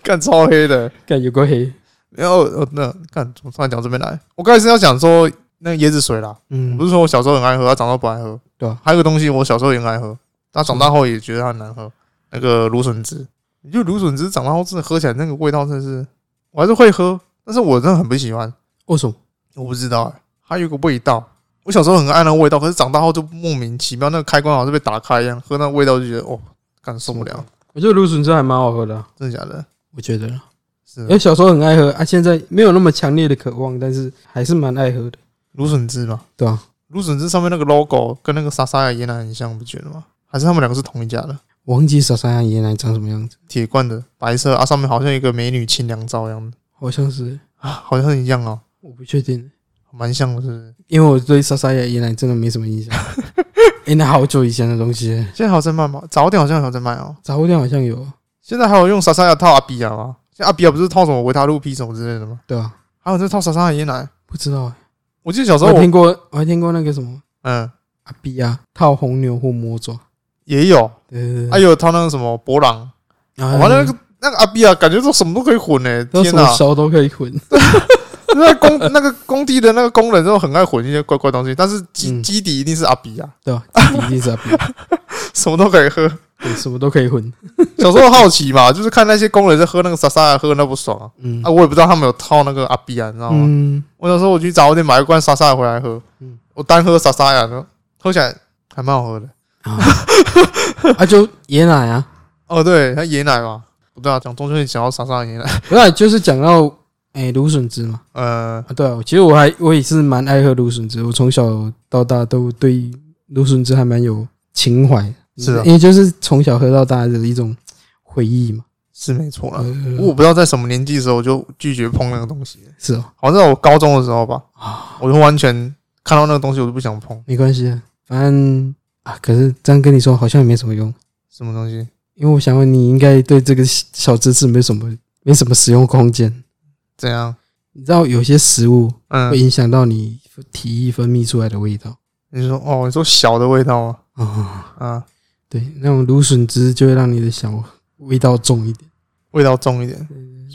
干超黑的。
看有个黑，
然后呃，那干怎么突然讲这边来？我刚才是要讲说那个椰子水啦，
嗯
不，是说我小时候很爱喝，他长大不爱喝，
对啊
还有一个东西我小时候也很爱喝，但长大后也觉得它很难喝，那个芦笋汁。你就芦笋汁长大后真的喝起来那个味道真的是，我还是会喝，但是我真的很不喜欢。
为什么？
我不知道、欸，它有一个味道。我小时候很爱那个味道，可是长大后就莫名其妙，那个开关好像是被打开一样，喝那个味道就觉得哦，感受不了，
我觉得芦笋汁还蛮好喝的啊，
真的假的？
我觉得啦。
是
因为小时候很爱喝啊，现在没有那么强烈的渴望，但是还是蛮爱喝的，
芦笋汁嘛？
对啊，
芦笋汁上面那个 logo 跟那个莎莎的椰奶很像，不觉得吗？还是他们两个是同一家的？
我忘记小山羊爷奶长什么样子，
铁罐的白色啊，上面好像有一个美女清凉照一样的
好像是，
啊，好像一样哦，
我不确定。
蛮像的，是不是？
因为我对莎莎也依然真的没什么印 象。哎、那好久以前的东西，
现在还有在卖吗？早点好像还有在卖哦。
杂货店好像有，现
现在还有用莎莎的套阿比亚吗？现在阿比亚不是套什么维他露 P 什么之类的吗？
对啊，
还有在套莎莎的椰奶。
不知道、欸。
我记得小时
我
候
还
我
听过，我还听过那个什么
嗯
阿比亚套红牛或魔爪，
也有，
对对对，
还有他那个什么博朗，
然
哇，那个那个阿比啊，感觉都什么都可以混诶、
都
天
哎
啊
什
哪
么，手都可以混，
那工那个工地的那个工人都很爱混一些怪怪东西，但是基
嗯
基底一定是阿比啊，
对吧、啊？一定是阿比亚，
什么都可以喝。
对，什么都可 以混。
小时候好奇嘛，就是看那些工人在喝那个莎莎，喝得那不爽啊，
嗯
啊，我也不知道他们有套那个阿比啊，你知道吗？
嗯，
我小时候我去早点买一罐莎莎回来喝
嗯，
我单喝莎莎呀，喝起来还蛮好喝的。
啊，啊就椰奶啊，
哦，对，它椰奶嘛，不对啊，讲中秋节讲到莎莎的椰奶，
不是就是讲到哎芦笋汁嘛。
呃，
啊，对啊，其实我还我也是蛮爱喝芦笋汁，我从小到大都对芦笋汁还蛮有情怀，
是啊
因为就是从小喝到大的一种回忆嘛。
是没错啦。
呃
我不知道在什么年纪的时候我就拒绝碰那个东西，
是哦，啊
好像在我高中的时候吧，我就完全看到那个东西我就不想碰。
没关系啊，反正啊，可是这样跟你说好像也没什么用，
什么东西？
因为我想问你应该对这个小知识没什么没什么使用空间。
怎样？
你知道有些食物
嗯
会，影响到你体液分泌出来的味道
你说哦，你说小的味道吗？
啊、
啊，
对，那种芦笋汁就会让你的小味道重一点，
味道重一点，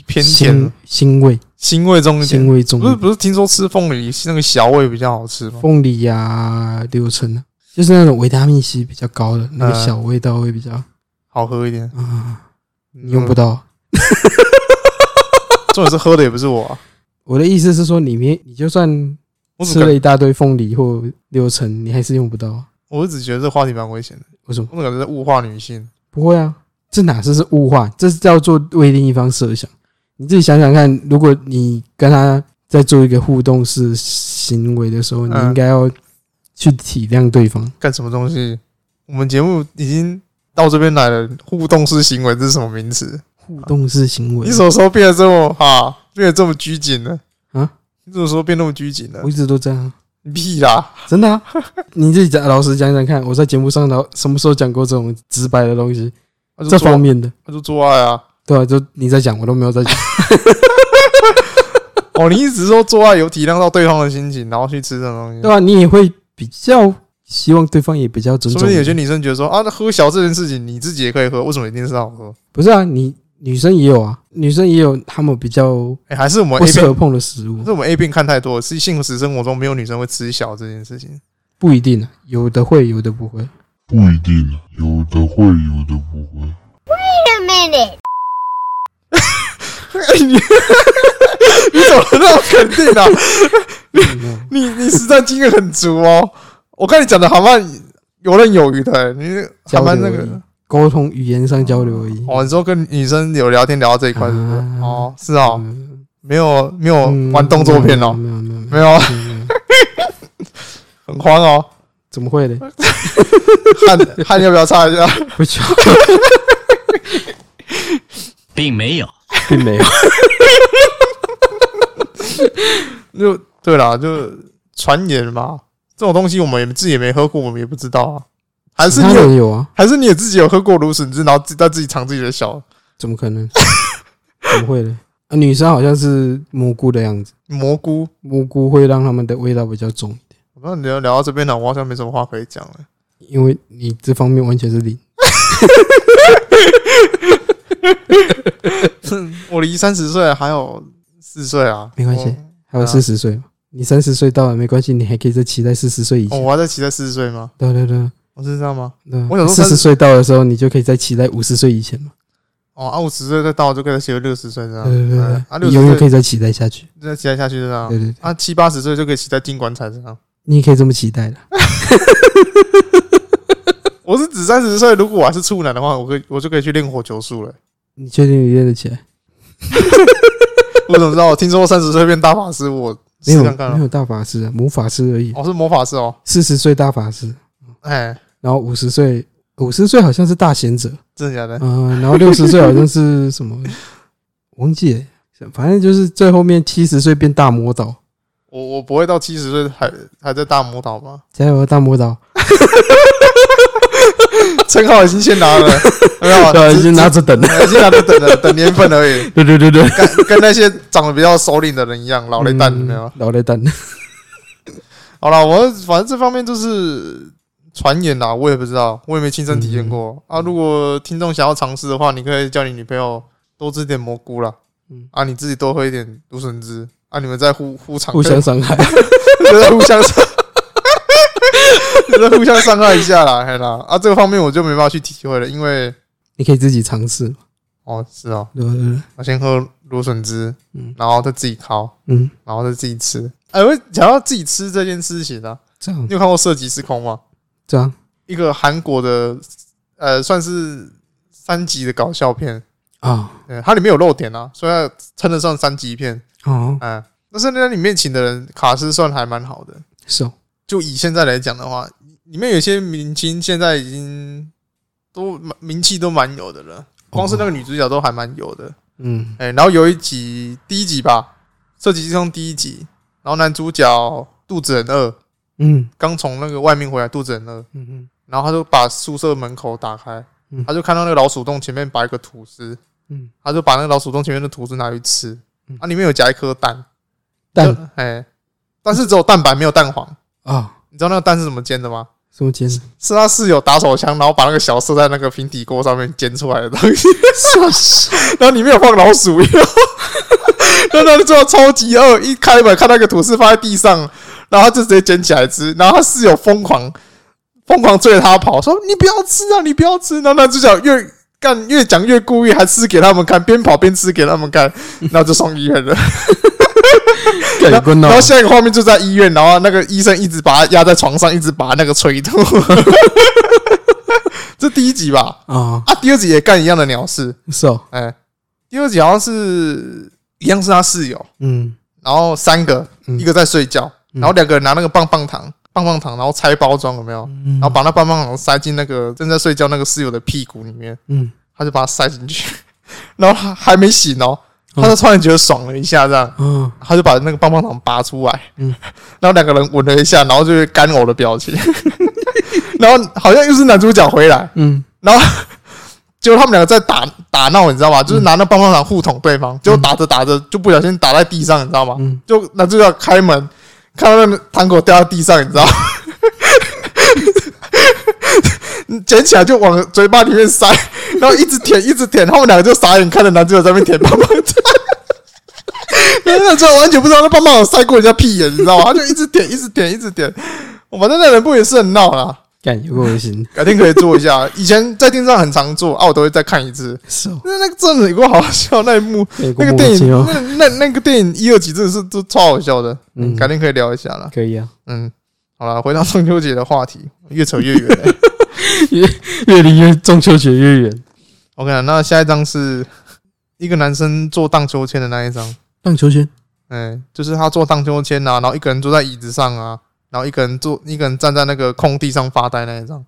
偏
腥
甜，
腥味
腥味重一
腥
点。
味重一
不
点
是。不是，听说吃凤梨那个小味比较好吃吗？
嗯凤梨呀、柳橙啊，就是那种维他命 C 比较高的那个小味道
嗯
会比较啊、
好喝一点，
你用不到。
嗯重点是喝的也不是我、 啊，
我的意思是说，里面你就算
我只
吃了一大堆凤梨或柳橙，你还是用不到啊。
我只觉得这话题蛮危险的，
为什么？
我总感觉在物化女性。
不会啊，这哪是是物化，这是叫做为另一方设想。你自己想想看，如果你跟他在做一个互动式行为的时候，你
嗯
应该要去体谅对方。
干什么东西？我们节目已经到这边来了，互动式行为这是什么名词？
互动式行为
你，什么时候变得这么哈，变得这么拘谨了？
啊？
你什么时候变那么拘谨了
我？一直都这样啊，
你屁啦！
真的 啊！你自己讲，老实讲讲看，我在节目上老什么时候讲过这种直白的东西？
那就
这方
做，
面的，
那就做爱啊！
对啊，就你在讲，我都没有在讲。
哦，你一直说做爱有体谅到对方的心情，然后去吃这种东西
对。吧、你也会比较希望对方也比较尊
说不
重
定有
你。
些女生觉得说啊，那喝小这件事情你自己也可以喝，为什么一定是让我喝？
不是啊，你女生也有啊，女生也有她们比较
哎、还是我们
不
A
适
片，
合碰的食物
还，是我们 A 片看太多了，是现实生活中没有女生会吃小这件事情。
不一定啊，有的会，有的不会。
不一定，啊有的会，有的不会。
Wait a minute.
你哎怎么那么肯定 啊？
没有
你你实战经验很足哦。我跟你讲的韩漫游刃有余的、欸你韩
交
漫
流
那
而
个
已，沟通语言上交流而已。
哦，你说跟女生有聊天聊到这一块是不是？
啊
哦，是哦，
嗯，
没有没有
嗯
玩动作片哦，
没有没有没有没
没
有，
有，
没有没有
很慌哦。
怎 么会呢？
汉汉要不要插一下？
不巧，
并没有。
并 没有。
就对啦，就传言嘛，这种东西我们也自己也没喝过，我们也不知道啊。还是你
他
有，
们有啊？
还是你也自己有喝过芦笋汁，然后自己在自己尝自己的小
怎么可 能？怎么会呢？啊，女生好像是蘑菇的样子，
蘑菇。
蘑菇会让他们的味道比较重，
我不知道你聊聊到这边了，我好像没什么话可以讲了。
因为你这方面完全是零。
我离三十岁还有四岁啊，
没关系还有
啊
四十岁嘛，你三十岁到了没关系，你还可以再期待四十岁以
我、哦、
前。
我还在期待四十岁吗？
对啊对对
我是这样吗？
对，啊
我想说
四
三十
十岁到的时候，你就可以再期待五十岁以前嘛。
哦，啊，五十岁再到就可以写六十岁这样，
对对对
嗯啊，
对，
六
你永
十
远
岁
可以再期待下去。
再期待下去这样
对，对对，
啊，七八十岁就可以期待进棺材这样。
你也可以这么期待了。
我是指三十岁，如果我还是处男的话，我可以我就可以去练火球术了。
你确定你练得起来？
我怎么知道？我听说三十岁变大法师，我
没
试
有
看看
没
了。
有大法师啊，魔法师而已。
哦，是魔法师哦，
四十岁大法师，
哎，
然后五十岁，五十岁好像是大贤者，
真的假的？
嗯、然后六十岁好像是什么，忘记了。反正就是最后面七十岁变大魔导，
我我不会到七十岁还还在大魔岛 吧？
加油啊大魔导！
称号已经先拿了， 没有，啊
对，已经拿
着，
着等了。
已经拿着等了，等年份而已。
对对对对，
跟跟那些长得比较首领的人一样，老雷蛋有没有？啊
嗯，老雷蛋。
好了，我反正这方面就是传言啦，我也不知道，我也没亲身体
嗯
验过、啊。如果听众想要尝试的话，你可以叫你女朋友多吃点蘑菇啦，
嗯
啊，你自己多喝一点芦笋汁啊，你们再互互尝，
互相伤害。
在互相伤， 在互相伤害一下啦，嘿啦啊，这个方面我就没办法去体会了，因为
你可以自己尝试嘛，
哦是哦，
对吧？对吧
我先喝芦笋汁，
嗯
然后再自己烤，
嗯，
然后再自己吃。哎，我讲到自己吃这件事情啊，
这样
你有看过《射击时空》吗？
这样
一个韩国的，呃，算是三级的搞笑片，
啊
嗯，它里面有漏点啊，所以它称得上三级片，
哦，
嗯，但是那里面请的人卡斯算还蛮好的，
是哦，
就以现在来讲的话，里面有些明星现在已经都蛮名气都蛮有的
哦
了，光是那个女主角都还蛮有的，
嗯
哎、然后有一集第一集吧，《射击之中》第一集，然后男主角肚子很饿，
嗯
刚从那个外面回来，肚子很饿，
嗯嗯
然后他就把宿舍门口打开
嗯，
他就看到那个老鼠洞前面摆一个吐司，
嗯，
他就把那个老鼠洞前面的吐司拿去吃
嗯，
啊，里面有夹一颗蛋，
蛋
就，哎，但是只有蛋白没有蛋黄，
啊，
你知道那个蛋是怎么煎的吗？
什么尖？
是他室友打手枪，然后把那个小射在那个平底锅上面煎出来的东西，然后里面有放老鼠药，然后他就做到超级饿，一开门看到一个吐司放在地上，然后他就直接捡起来吃，然后他室友疯狂疯狂追着他跑，说你不要吃啊，你不要吃，然后男主角越干越讲越故意，还吃给他们看，边跑边吃给他们看，然后就送医院了。
干哎滚哦
然
脑
后，下一个画面就在医院，然后那个医生一直把他压在床上，一直把那个吹吐。 这第一集吧，
啊，
啊，第二集也干一样的鸟事，
是哦，
哎、第二集好像是一样是他室友，
嗯，
然后三个，
嗯
一个在睡觉，
嗯
然后两个人拿那个棒棒糖，棒棒糖，然后拆包装有没有？
然
然后，把那棒棒糖塞进那个正在睡觉那个室友的屁股里面，
嗯，
他就把它塞进去， 然后他还没醒哦，他就突然觉得爽了一下，这样，
嗯，
他就把那个棒棒糖拔出来，
嗯
然后两个人吻了一下，然后就是干呕的表情， 然后好像又是男主角回来，
嗯，
然后结果他们两个在打打闹，你知道吗？就是拿那棒棒糖互捅对方，结果打着打着就不小心打在地上，你知道吗？
嗯
就男主角开门看到那糖果掉在地上，你知道吗？ 捡起来就往嘴巴里面塞，然后一直舔，一直舔，他们两个就傻眼看着男主角在那边舔棒棒糖。然后男主角完全不知道那棒棒糖塞过人家屁眼，你知道吗？他就一直舔，一直舔，一直舔。我反正那人不也是很闹啦，
干有个恶心，
改天可以做一下。以前在电视上很常做，啊，我都会再看一次。
是哦，
那那个真的有个好笑那一 幕，
那
那个电影，那那那个电影一二集真的是都超好笑的。
哦嗯
改天可以聊一下啦。
可以啊，
嗯，好了，回到中秋节的话题，越扯越远、 欸。
越离越中秋节越远。
OK，啦那下一张是一个男生做荡秋千的那一张。
荡秋千，
哎、就是他做荡秋千啊，然后一个人坐在椅子上啊，然后一个人坐，一个人站在那个空地上发呆那一张，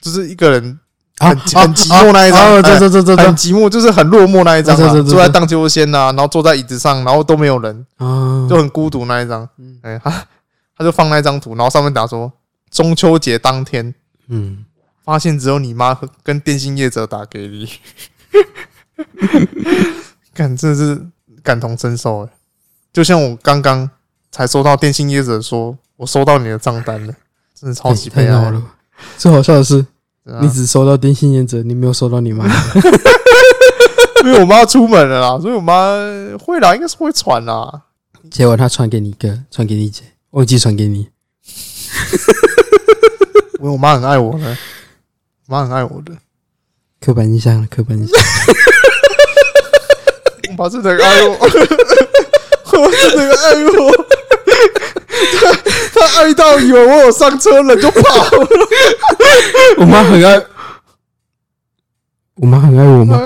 就是一个人
啊
很寂
啊
很寂寞那一张
啊啊
哎
这这这这
很
这
寂寞，就是很落寞那一张、
对对
啊，
对对
坐在荡秋千啊呐、然后坐在椅子上，然后都没有人，
啊，
就很孤独那一张
嗯。
哎、他他就放那一张图，然后上面打说中秋节当天，
嗯，
发现只有你妈和跟电信业者打给你， 感真的是感同身受哎、就像我刚刚才收到电信业者说，我收到你的账单了，真的超级
太
悲
闹
哀
了。。最好笑的是，
真的啊
你只收到电信业者，你没有收到你妈。
因为我妈出门了啦，所以我妈会啦，应该是会传啦。
结果他传给你哥，传给你姐，忘记传给你。
因为我妈很爱我呢，我妈很爱我的。
刻板印象，刻板印象。
我妈真的很爱 我，我妈真的很爱我。她她爱到以为我有上车了就跑了。
我妈很爱，我妈很爱我吗？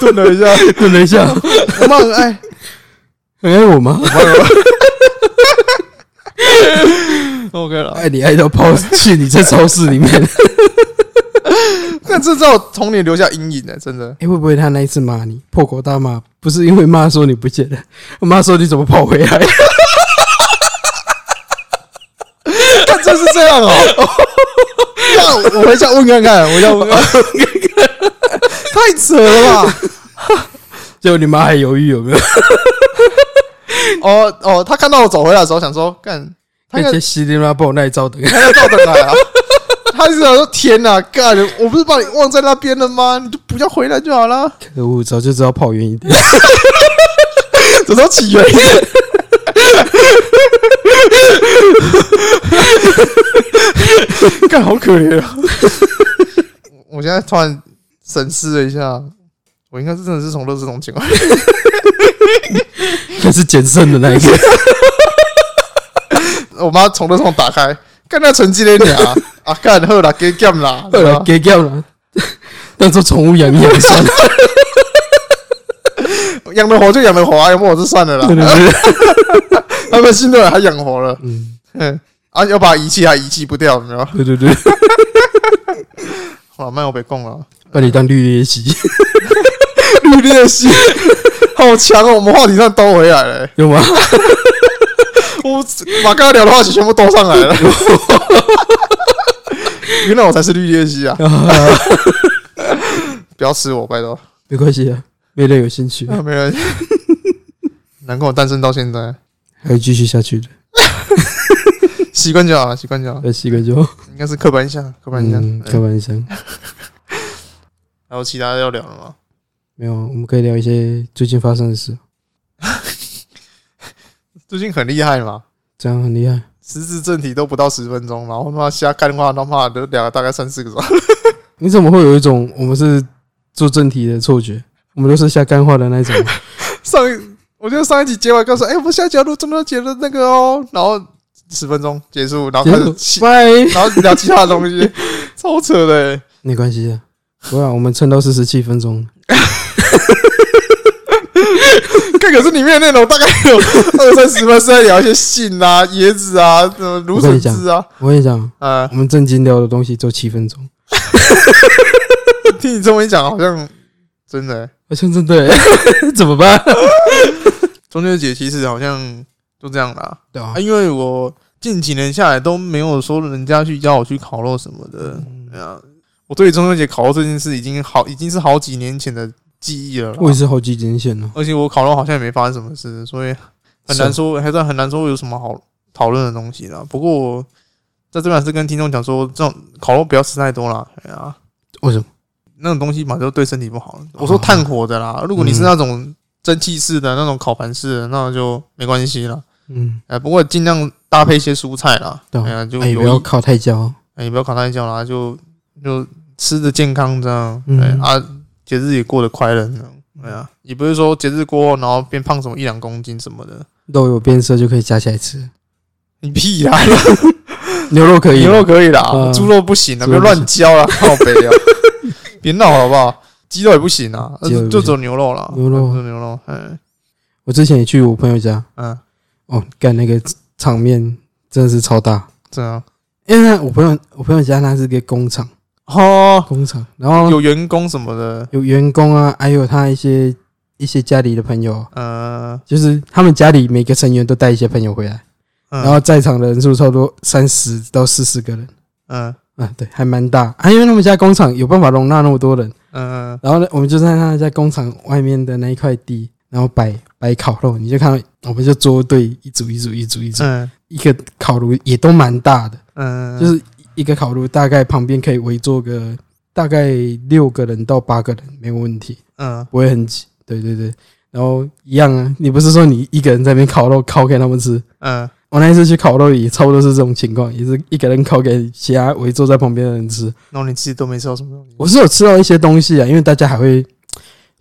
顿了一下，
等一下，
我妈很爱，
很哎爱我吗？
OK 了。
爱你爱到跑去你在超市里面。
那这在我童年留下阴影呢、真的。
哎、会不会他那一次骂你破口大骂，不是因为妈说你不见了，妈说你怎么跑回 来？
但真是这样哦、那我回家问看看，我回家 问看看。太扯了吧！
结果你妈还犹豫有没有？
哦哦，他看到我走回来的时候，想说干，他应
那
该
些西林妈爆那一招的，
还要倒等来啊。 他就想说：“天哪、干！我不是把你忘在那边了吗？你就不要回来就好了。
可恶，早就知道跑远一 点。
这时候起源。干好可怜啊！ 我现在突然审视了一下，我应该是真的是从乐视中进来。
那是捡剩的那一个，
我妈从乐视中打开，干那成绩嘞你 啊！啊干好啦，给 game 啦，
后来给掉了，当做宠物养一养算了。
养得活就养得活啊，养不活就算了
对
啦。
对对，
他们新的人还养活了，
嗯，
嗯，啊要把遗弃还遗弃不掉，有没有？
对对对，
好了，慢我别啊供 了。
把你当绿鬣蜥，
绿鬣蜥 好强哦！我们话题上兜回来了、
有吗？
我把刚刚聊的话题全部兜上来了。 原来我才是绿鬣蜥啊！ 不要吃我，拜托。
没关系啊，没人有兴趣，
啊没人，难怪我单身到现在，
还会继续下去的。
习惯就好了，习惯就好。
那西哥就
应该是刻板印象，刻板印象。
嗯，
嗯
开玩笑，
还有其他要聊的吗？
没有，我们可以聊一些最近发生的事，
最近很厉害嘛，
这样很厉害。
十字正体都不到十分钟，然后他妈瞎干的话，他妈的两个大概三四个钟。
你怎么会有一种我们是做正题的错觉？我们都是下干话的那 种。
上一我觉得上一集结完，告诉哎，我们下一集要录这么多节的那个哦，然后十分钟结束，
啊
然后开始气，
拜，
然后聊其他的东西，超扯的、欸。
没关系的，不然我们撑到四十七分钟。
看，可是里面的内容大概有二三十分是在聊一些杏啊、 椰子啊、什么芦笋汁啊，
我跟你讲，
呃，
我们正经聊的东西就七分钟，
听你这么一讲，好像真的欸、
好啊像真的欸 怎么办？
中秋节其实好像就这样啦、
对啊
啊，，因为我近几年下来都没有说人家去邀我去烤肉什么的，
嗯
对啊，我对于中秋节烤肉这件事已经好已经是好几年前的记忆了啦，
我也是好几年前哦了，
而且我烤肉好像也没发生什么事，所以很难说，还是很难说有什么好讨论的东西啦。不过我在这边还是跟听众讲说，这种烤肉不要吃太多啦，哎呀，
为什么？哦
那种东西嘛就对身体不好。我说炭火的啦，如果
嗯
你是那种蒸汽式的那种烤盘式的，那就没关系啦。
嗯，
哎，不过尽量搭配一些蔬菜啦，
对啊
哎呀，就
哎，
有
不要靠太焦，
哎，也不要烤太久啦，就就吃的健康这样，
嗯
对啊，节日也过得快乐这样，对啊，也不是说节日过后然后变胖什么一两公斤什么的，
肉有变色就可以夹起来吃，
你屁呀、
牛肉可以，
牛肉可以啦
嗯，
猪肉不行啊，
猪
不要
肉不行
乱教啦，靠北啊， 别闹好不好？鸡肉也不行啊，
鸡肉也不行
就只有牛肉啦，
牛肉
就只有牛肉，嗯
我之前也去我朋友家，
嗯，
哦，干那个场面真的是超大，
这样
因为我朋友我朋友家那是个工厂，
哦，
工厂，然后
有员工什么的，
有员工啊，还有他一些一些家里的朋友，
呃，
就是他们家里每个成员都带一些朋友回来，
嗯
然后在场的人数差不多三十到四十个人，
嗯
啊，对，还蛮大啊，因为他们家工厂有办法容纳那么多人，
嗯
然后呢，我们就在他家工厂外面的那一块地，然后摆摆烤肉，你就看到我们就桌对一组一组一组一组，
嗯
一个烤炉也都蛮大的，
嗯，
就是一个烤炉大概旁边可以围坐个大概六个人到八个人，没有问题。
嗯
不会很挤。对对对，然后一样啊，你不是说你一个人在那边烤肉烤给他们吃？
嗯
我那一次去烤肉也差不多是这种情况，也是一个人烤给其他围坐在旁边的人吃。
然后你自己都没吃到什么东西，
我是有吃到一些东西啊，因为大家还会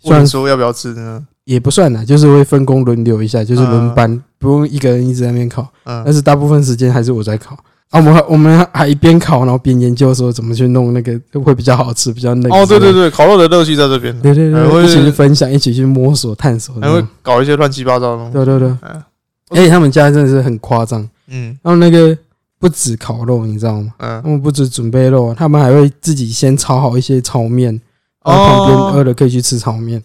虽
问
然
你说要不要吃呢？
也不算啦，啊就是会分工轮流一下，就是轮班，不用一个人一直在那边烤，
嗯
但，是大部分时间还是我在烤。啊，我们还我们还一边烤，然后边研究说怎么去弄那个会比较好吃，比较嫩。
哦，对对哎对，烤肉的乐趣在这边，
对对
还
对，
会
一起去分享，一起去摸索探索。
还哎会搞一些乱七八糟的东西。
对对对，
嗯
而且他们家真的是很夸张，
嗯
他们那个不止烤肉，你知道吗？他
嗯，
们不止准备肉，他们还会自己先炒好一些炒面，然后旁边饿
哦
了可以去吃炒面。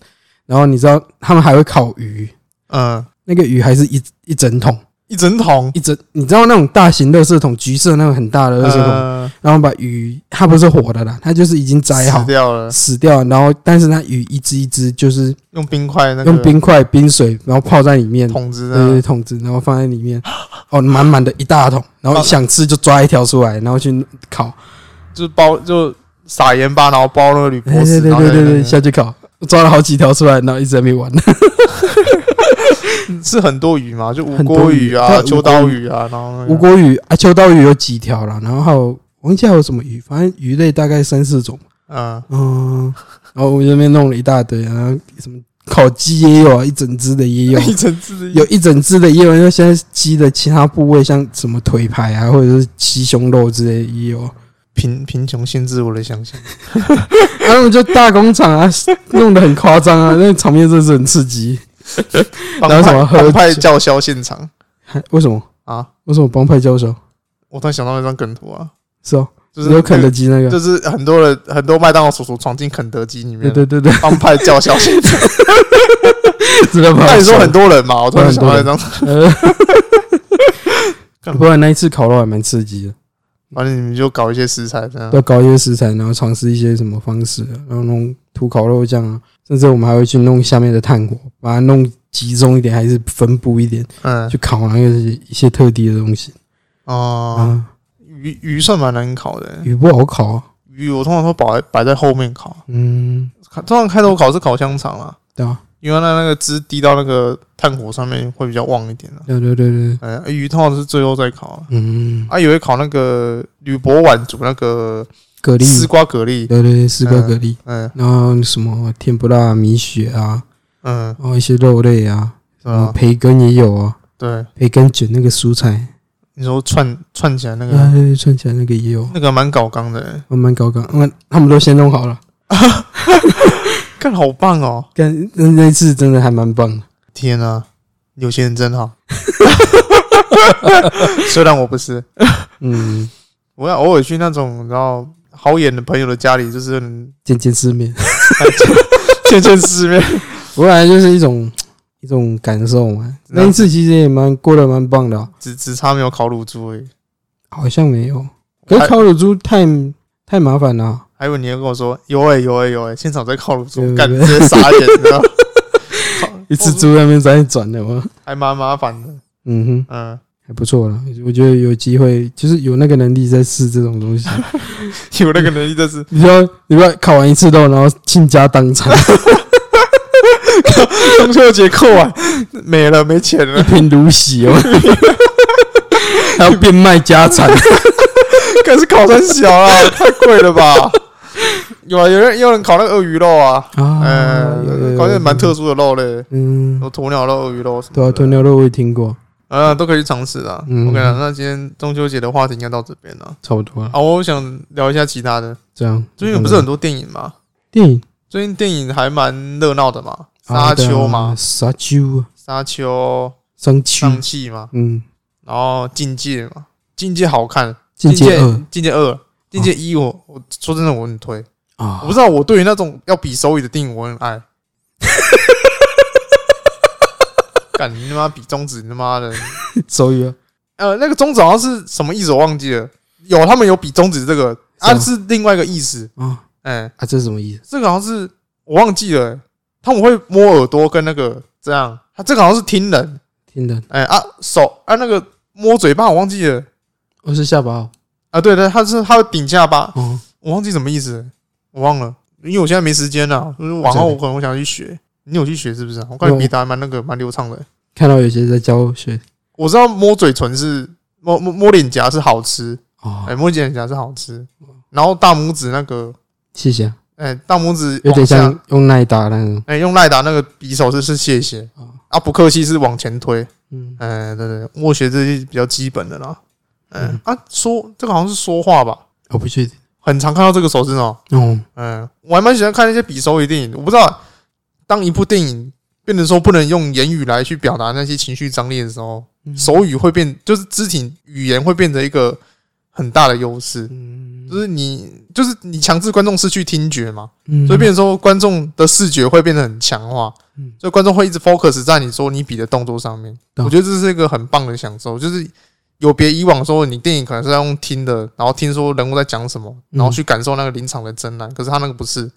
然后你知道他们还会烤鱼，
嗯，
那个鱼还是一一整桶
一整桶，
一整，你知道那种大型垃圾桶，橘色那种很大的垃圾桶，
呃，
然后把鱼它不是活的啦，它就是已经摘好
死掉了，
死掉，然后但是那鱼一只一只就是
用冰块那个
用冰块冰水，然后泡在里面，
桶子啊
对对，
呢，
桶子，然后放在里面，哦，满满的一大桶，然后想吃就抓一条出来，然后去烤，
就是包就撒盐巴，然后包那个铝箔
对对
纸，
对
然后
对
在那
对对，
边
下去烤，抓了好几条出来，然后一直还没 完，
是很多鱼嘛，就无
很多
锅
鱼
鱼
它
啊、
有
秋刀鱼啊，然后那
无
个
锅鱼啊，秋刀鱼有几条了，然后还有忘记还有什么鱼，反正鱼类大概三四种，
嗯，
嗯，然后我们这边弄了一大堆，然后什么烤鸡也有啊，一整只的也 有
一整只
有一整只的也有，因为现在鸡的其他部位像什么腿排啊，或者是鸡胸肉之类的也有。 啊
贫贫穷限制我的想象，
然后我就大工厂啊，弄得很夸张啊，那 个场面真的是很刺激。
帮
然后什么
派
喝
帮派
酒
叫嚣现场
还为什么？
啊！
为什么帮派教授？我
我突然想到那张梗图啊，
是哦，
就是
有
那
肯
个
德基啊那个。
就是很多人很多麦当劳叔叔闯进肯德基里
对
面，
对对对，
帮派叫嚣现 场。
真的不好
那
笑
你说很多人嘛，我突然想到一张，
呃，不然那一次烤肉还蛮刺激的，
反正你们就搞一些食材这样。
要搞一些食材，然后尝试一些什么方式，然后弄涂烤肉酱啊，甚至我们还会去弄下面的炭火，把它弄集中一点，还是分布一点，
嗯
去烤那个一些特地的东西
哦，
啊。
鱼鱼算蛮难烤的，
鱼不好烤啊，
鱼我通常都摆摆在后面烤，
嗯，
通常开头烤是烤香肠啦，
对啊，
因为它那个汁滴到那个炭火上面会比较旺一点啊。
对对对对，
嗯、鱼通常是最后再烤啊，
嗯，
啊，也会烤那个铝箔碗煮那个
蛤
丝
蜊，
瓜蛤蜊，
对对对，丝瓜蛤蜊，
嗯
然后什么天不辣米血啊，
嗯，
然后一些肉类啊，
对
然后
啊，
培根也有啊，
对，
培根卷那个蔬菜，
你说串串起来那个、
啊，对对串起来那个也有，
那个蛮搞刚的、欸，
慢慢搞搞，嗯，他们都先弄好了。
干好棒哦！
跟那那次真的还蛮棒的，
天啊，有钱人真好。 虽然我不是，
嗯，
我要偶尔去那种你知道好眼的朋友的家里，就是嗯
见见 世面，
见见世面。
我本来就是一种一种感受嘛。
啊
那一次其实也蛮过得蛮棒的啊、
只只差没有烤乳猪而已。
好像没有。
我
可是
还
烤乳猪太太麻烦了啊、
还以为你要跟我说有哎、有哎、有哎、现场在烤乳
对
猪，
对
干
对
直接傻眼，你知道？烤
一只猪在那边在转的嘛，
还蛮麻烦的，
嗯哼，
嗯，
还不错了。我觉得有机会，就是有那个能力在试这种 东西。
有那个能力就是
你不要你不要烤完一次肉，然后倾家荡 产，
中秋节扣完没了，没钱
一
了，
贫如洗哦， 还要变卖家产。
可是烤很小啊，太贵了吧？有啊，有人有人烤那个鳄鱼肉啊，
啊，有有
嗯，
有
烤那蛮特殊的肉类，
嗯，
有鸵鸟肉、鳄鱼肉什么的，
对啊，鸵鸟肉我也听过，
啊，都可以去尝试啊。
嗯
OK 了，那今天中秋节的话题应该到这边了。
差不多了。
啊，我想聊一下其他的。
这样，嗯
最近不是很多电影吗？
电影
最近电影还蛮热闹的嘛，《
啊
沙丘》
对
嘛，
啊沙丘啊
《沙丘》
商
《
丘，
上气》嘛，
嗯，
然后《境界》嘛，《境界》好看，《
境界
《
二
境界二》《境界一》我我说真的我很推，
啊
我不，知道我对于那种要比手语的电影我很爱。 干你他妈比中指，你他妈的！
手语啊，
呃，那个中指好像是什么意思，我忘记了。有他们有比中指这个，
是
啊
吗
是另外一个意思。
啊
哎、
啊，这是什么意思？
这个好像是我忘记了欸、他们会摸耳朵跟那个这样，他这个好像是听人，
听的，
哎、啊手啊那个摸嘴巴我忘记了
我是下巴哦
啊，对对，他是他会顶下巴，
哦，
我忘记什么意思了，我忘了，因为我现在没时间了，就是往后我可能我想去学，你有去学是不是啊？我看你笔打还蛮那个蛮流畅的欸、
看到有些在教学
我知道摸嘴唇是摸摸摸脸颊是好吃，哎、
哦，
摸脸颊是好吃，然后大拇指那个，
谢谢啊，
哎、大拇指
有点
往下
像用耐打那种，
哎、用赖达那个匕首是是谢谢
哦
啊，不客气是往前推。
嗯，
哎，对对，默写这些比较基本的啦。嗯
嗯
啊，说这个好像是说话吧，
我不确定
很常看到这个手势哦。
哦，
嗯，我还蛮喜欢看那些比手语电影。我不知道，当一部电影变成说不能用言语来去表达那些情绪张力的时候，
嗯
手语会变，就是肢体语言会变成一个很大的优势。
嗯
就是你，就是你强制观众失去听觉嘛，
嗯
所以变成说观众的视觉会变得很强化
嗯，
所以观众会一直 focus 在你说你比的动作上面。
懂
我觉得这是一个很棒的享受，就是有别以往说你电影可能是要用听的，然后听说人物在讲什么，
嗯
然后去感受那个临场的真难。可是他那个不是，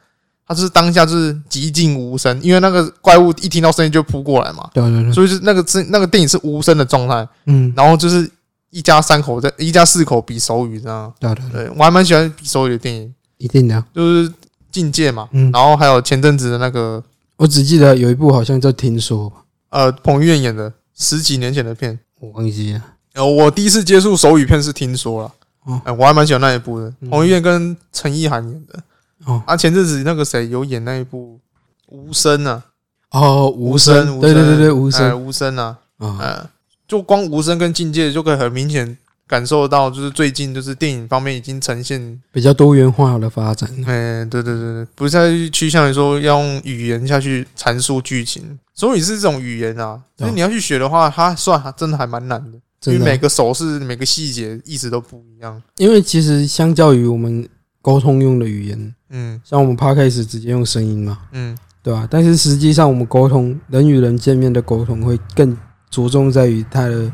他就是当下就是寂静无声，因为那个怪物一听到声音就扑过来嘛，
对对对，
所以就是那个是那个电影是无声的状态，
嗯，
然后就是一家三口在一家四口比手语这样。
对对对，
对我还蛮喜欢比手语的电影，
一定的啊。
就是《境界》嘛，
嗯
然后还有前阵子的那个
我只记得有一部好像叫《听说》吧，
呃彭于晏演的十几年前的片。
我忘记了。
呃，我第一次接触手语片是听说了，哎、
哦
我还蛮喜欢那一部的，
嗯
彭于晏跟陈意涵演的。
哦
啊，前阵子那个谁有演那一部《无声》啊，
哦，无
声，
声，对对对对，无
哎
声
无声啊，
啊，
呃，就光无声跟境界就可以很明显感受到，就是最近就是电影方面已经呈现，
比较多元化的发展。
哎、对对对对，不再趋向于说要用语言下去阐述剧情，手语是这种语言啊，就是
哦
你要去学的话，它算还真的还蛮难的，因为
真的
每个手势、每个细节意思都不一样，
因为其实相较于我们沟通用的语言，
嗯
像我们 p 开始直接用声音嘛，
嗯。
对吧、但是实际上我们沟通人与人见面的沟通会更着重在于他的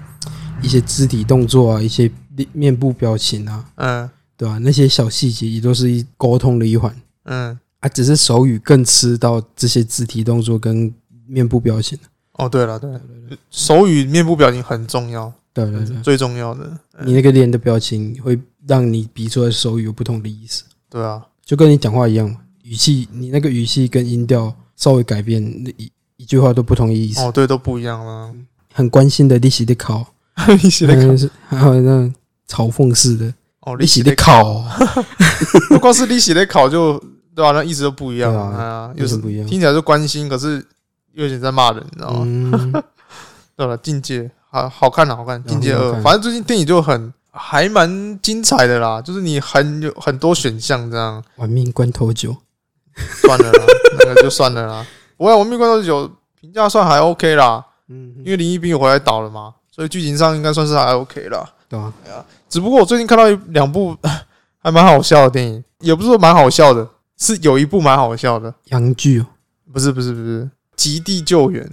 一些肢体动作啊，一些面面部表情啊，
嗯
对吧、那些小细节也都是一沟通的一环
嗯，
啊，只是手语更吃到这些肢体动作跟面部表情。啊
哦，对了，对了，手语面部表情很重要，
对对对，
最重要的。嗯
你那个脸的表情会让你比出来的手语有不同的意思。
对啊，
就跟你讲话一样嘛，语气你那个语气跟音调稍微改变，那一一句话都不同意思，
哦，对，都不一样了。
很关心的利息的考，
利息的考，
嗯是 还有那种嘲讽式的
哦，利
利息
息
的
的考，
考，
不光是利息的考就对吧、那意思都不一样
对啊
啊，
有
又
什
是
么不一样？
听起来就关心，可是又有点在骂人，你知道吗？
嗯，
对了，境界好好看啊，好看，境界
好
二
看，
反正最近电影就很还蛮精彩的啦，就是你很有很多选项这样，
玩命关头酒，
算了啦，那个就算了啦。 不啊过《亡命关头九》评价算还 OK 啦，
嗯，
因为林一斌有回来导了嘛，所以剧情上应该算是还 OK 啦。
对啊，
只不过我最近看到一两部 还蛮好笑的电影，也不是说蛮好笑的，是有一部蛮好笑的，
洋剧哦，
不是不是不是《极地救援》，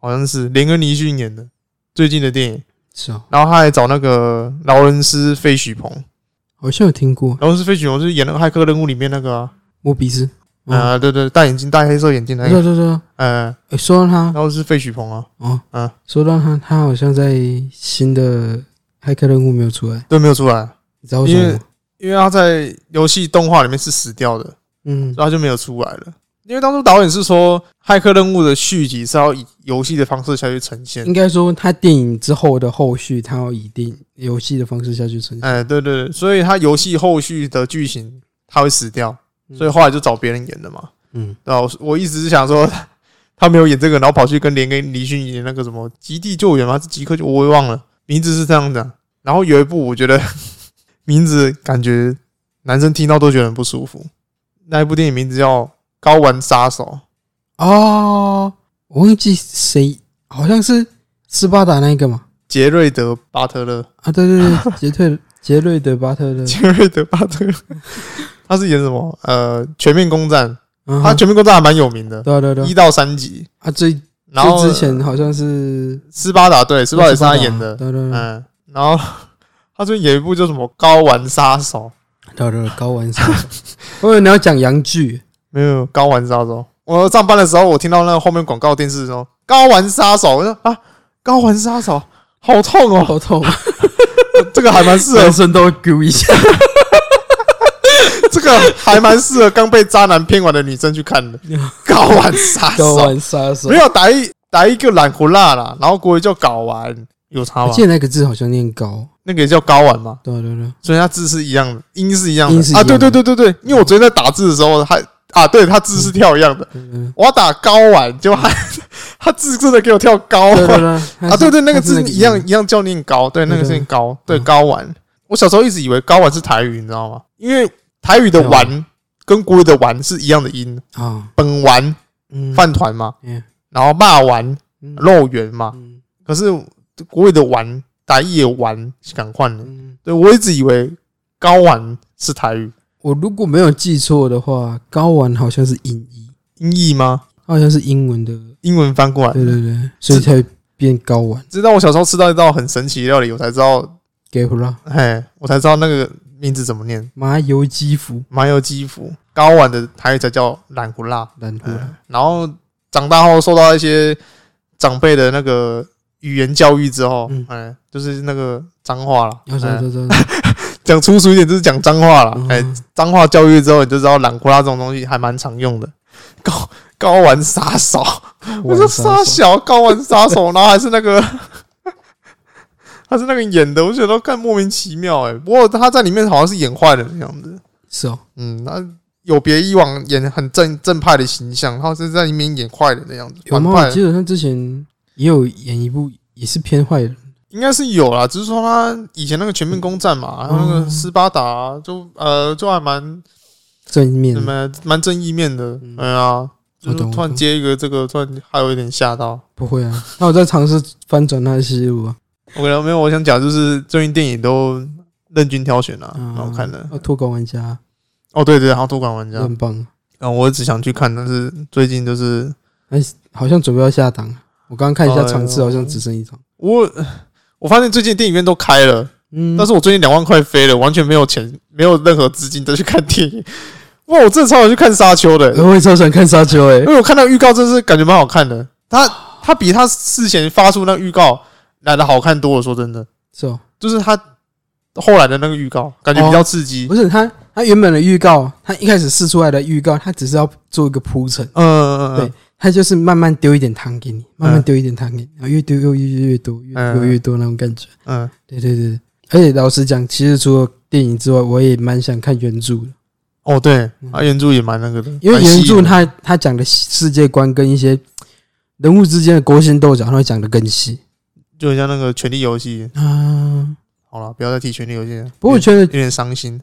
好像是连恩尼逊演的最近的电影。
是哦，
然后他还找那个劳伦斯·费许鹏，
好像有听过
劳伦斯·费许鹏是演那个《骇客任务》里面那个啊，
莫比斯，嗯，
呃，对对，戴眼镜、戴黑色眼镜那
对
个，
对对对，
呃，
诶说到他
然后是费许鹏啊，
哦，
嗯
说到他，他好像在新的骇客任务没有出来，
对，没有出来，
你知道为什么
因为
吗？
因为他在游戏动画里面是死掉的，
嗯，
所以他就没有出来了。因为当初导演是说，《骇客任务》的续集是要以游戏的方式下去呈现
应。该说他电影之后的后续，他要以电游戏的方式下去呈现，
哎，对对对，所以他游戏后续的剧情他会死掉，所以后来就找别人演的嘛。
嗯，
对啊，我我一直是想说他没有演这个，然后跑去跟连跟李迅演那个什么《极地救援》吗？是《极客救》，我也忘了名字是这样的。然后有一部我觉得 名字感觉男生听到都觉得很不舒服，那一部电影名字叫《睾丸杀手》，
哦，我忘记谁，好像是斯巴达那一个嘛？
杰瑞德·巴特勒，
啊，对对对， 杰特杰瑞德巴特勒，
杰瑞德·巴特勒，他是演什么？呃，《全面攻占》，
嗯
他《
哼
全面攻占》还蛮有名的，
对啊对啊对啊
一到三集。
啊，最
然后
最之前好像是
斯巴达对斯巴达也是他演的，
对对对
嗯，然后 他最近有一部叫什么《睾丸杀手》，
对对，高玩杀手， 我以为你要讲洋剧，
没有《睾丸杀手》。我上班的时候，我听到那个后面广告电视说《睾丸杀手》，我说啊，《睾丸杀手》好痛哦，
好痛，
这个还蛮适
人
合，
生都会丢一下。
这个还蛮适合刚被渣男骗完的女生去看的，《睾丸杀手》
高玩杀手
没，有打一打一个懒胡辣啦，然后国语叫睾丸，有差
我
吗
记？得那个字好像念高，
那个也叫睾丸吗？
对啊对啊对啊，
所以它字是一样的，音是一样的
音是一
啊，
样的
对对对对对，因为我昨天在打字的时候，它啊，对，它字是跳一样的，
嗯，
我要打睾丸，就 它它字真的给我跳高
对对
啊，
对
啊，对对，那个字
字
一样一样叫念高，对，那个
对
是
对
念高，对
对
睾丸。我小时候一直以为睾丸是台语，你知道吗？因为台语的
台湾
丸跟国语的丸是一样的音，
啊，
本丸
嗯，
饭团嘛
嗯，
然后骂丸
嗯
肉圆嘛，
嗯
可是国语的丸台语的丸是赶快的，
嗯
对我一直以为睾丸是台语。
我如果没有记错的话，高玩好像是音译，
音译吗？
好像是英文的，
英文翻过来。
对对对，所以才会变高玩
直到我小时候吃到一道很神奇的料理，我才知道，
g a p r a
嘿，我才知道那个名字怎么念。
麻油鸡腐
麻油鸡脯，高碗的台语才叫懒胡辣。
然后
嗯，然后长大后受到一些长辈的那个语言教育之后，
嗯
哎，就是那个脏话了。
要
哎
走走走，
讲粗俗一点就是讲脏话了。哎，
嗯
脏话教育之后，你就知道懒胡辣这种东西还蛮常用的。高高玩杀手。我说杀小高玩杀手，然后还是那个， 他是那个演的，我觉得看莫名其妙哎、不过他在里面好像是演坏人的样子，
是哦，
嗯，那有别以往演很正正派的形象，他是在里面演坏人的样子，
有
反
吗？
派
我
的
记得他之前也有演一部，也是偏坏人，
应该是有啦，只是说他以前那个全面攻占嘛，还有那个
嗯
斯巴达就呃就还蛮
正面的
蛮蛮正义面的，
嗯
哎呀，就
我
是
懂
突
我
然
懂
接一个这个，突然还有一点吓到。
不会啊。那我在尝试翻转他的思路啊，
我没有，我想讲就是最近电影都任君挑选了、啊，
嗯
蛮好看的。
啊脱稿玩家
哦，对对，然后托管玩家，
很棒，
嗯，我一直想去看，但是最近就是
好像准备要下档了。我刚刚看一下场次，
哎呦
好像只剩一场。
我我发现最近电影院都开了，
嗯，
但是我最近两万块飞了，完全没有钱，没有任何资金再去看电影。哇，我真的超想去看《沙丘》的、
呃我也超想看沙丘诶
因，为我看到预告，真是感觉蛮好看的。它
哦
它比它事前发出那个预告来的好看多了，说真的，
是哦，
就是它后来的那个预告感觉比较刺激
不。是他，他原本的预告，他一开始试出来的预告，他只是要做一个铺陈，
嗯嗯嗯，嗯
对他就是慢慢丢一点糖给你，慢慢
嗯
丢一点糖给你，然后越丢越越越多，越丢越多那种感觉。
嗯，
对对对，而且老实讲，其实除了电影之外，我也蛮想看原著的，
哦对，啊原著也蛮那个的，
嗯因为
蛮吸
原
引
著
的
他他讲的世界观跟一些人物之间的勾心斗角，他会讲的更细
就很像那个《权力游戏》。
啊。
好了，不要再提《权力游戏》了，
不过我觉得
有点伤心。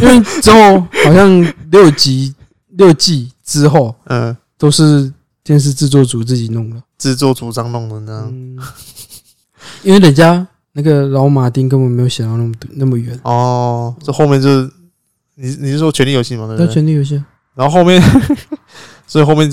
因为之后好像六集六季之后
嗯，
都是电视制作组自己弄了，
自作主张弄成这样。
嗯，因为人家那个老马丁根本没有想到那么多那么远，
哦，这后面就是你你是说《权力游戏》嘛？对
那
不对？
权力游戏，啊
然后后面， 所以后面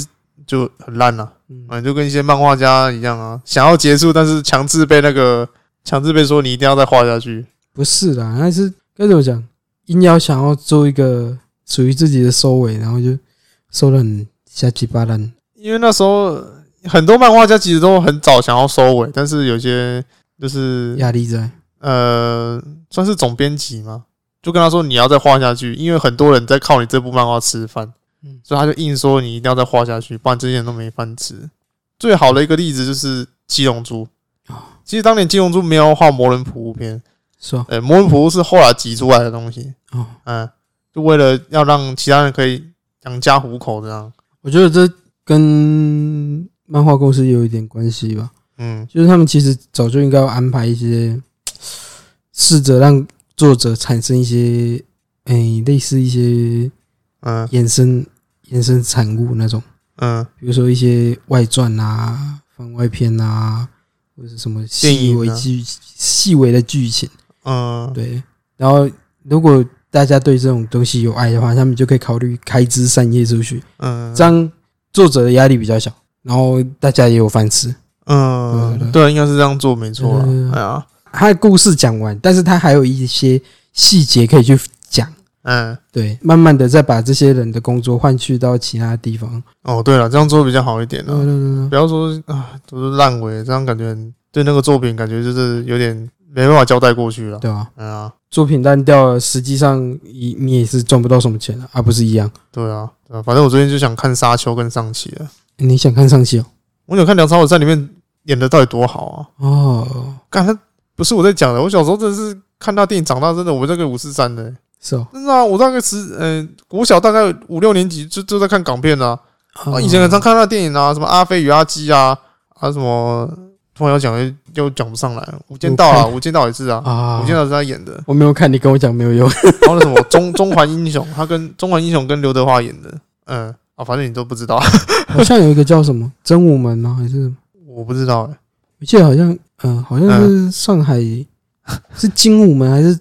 就很烂了、
嗯
嗯，就跟一些漫画家一样啊，想要结束，但是强制被那个强制被说你一定要再画下去。
不是啦，那是该怎么讲？硬要想要做一个属于自己的收尾，然后就收的很下鸡巴烂。
因为那时候很多漫画家其实都很早想要收尾，但是有些就是
压力在。
呃，算是总编辑嘛，就跟他说你要再画下去，因为很多人在靠你这部漫画吃饭，
嗯
所以他就硬说你一定要再画下去，不然这些人都没饭吃。最好的一个例子就是《七龙珠》
哦，
其实当年《七龙珠》没有画魔人普乌篇，
是吧？
呃，魔人普乌是后来挤出来的东西，
哦，
嗯，就为了要让其他人可以养家糊口这样，
我觉得这跟漫画公司也有一点关系吧，
嗯，
就是他们其实早就应该要安排一些，试着让作者产生一些，哎、类似一些
嗯
衍生衍生产物那种，
嗯，
比如说一些外传啊、番外篇啊，或者是什么
电
细
影
微
啊
剧、细微的剧情。
嗯，
对，然后如果大家对这种东西有爱的话，他们就可以考虑开枝散叶出去，
嗯，
这样作者的压力比较小，然后大家也有饭吃。对
嗯，
对
对，应该是这样做没错啦
对对对，
哎呀，
他的故事讲完，但是他还有一些细节可以去讲。
嗯。
对，慢慢的再把这些人的工作换去到其他地方。
哦，对了，这样做比较好一点
对对
呢。
对
不要说啊，都是烂尾，这样感觉很对那个作品感觉就是有点没办法交代过去了。
对吧？
嗯啊，
作品烂掉了，实际上你你也是赚不到什么钱的啊，不是一样？
对啊，对啊，反正我最近就想看《沙丘》跟《上期》了。
你想看上期哦？
我想看梁朝伟在里面演的到底多好啊！
哦，
干他不是我在讲的，我小时候真的是看他电影长大，真的我这个五四三的、
是哦，
真的啊，我大概十嗯、国小大概五六年级就就在看港片啊。啊，
嗯
以前很常看他的电影啊，什么《阿飞与阿基》啊，啊什么，突然要讲又又讲不上来，《无间道》啊，
我
《无间道》也是啊，
啊
我，见到是他演的，
我没有看，你跟我讲没有用。
然后那什么中中环英雄，他跟中环英雄跟刘德华演的，嗯啊，反正你都不知 道，
好像有一个叫什么真武门吗？还是什么
我不知道
欸
哎、
我记得好像嗯、好像是上海、是精武门还是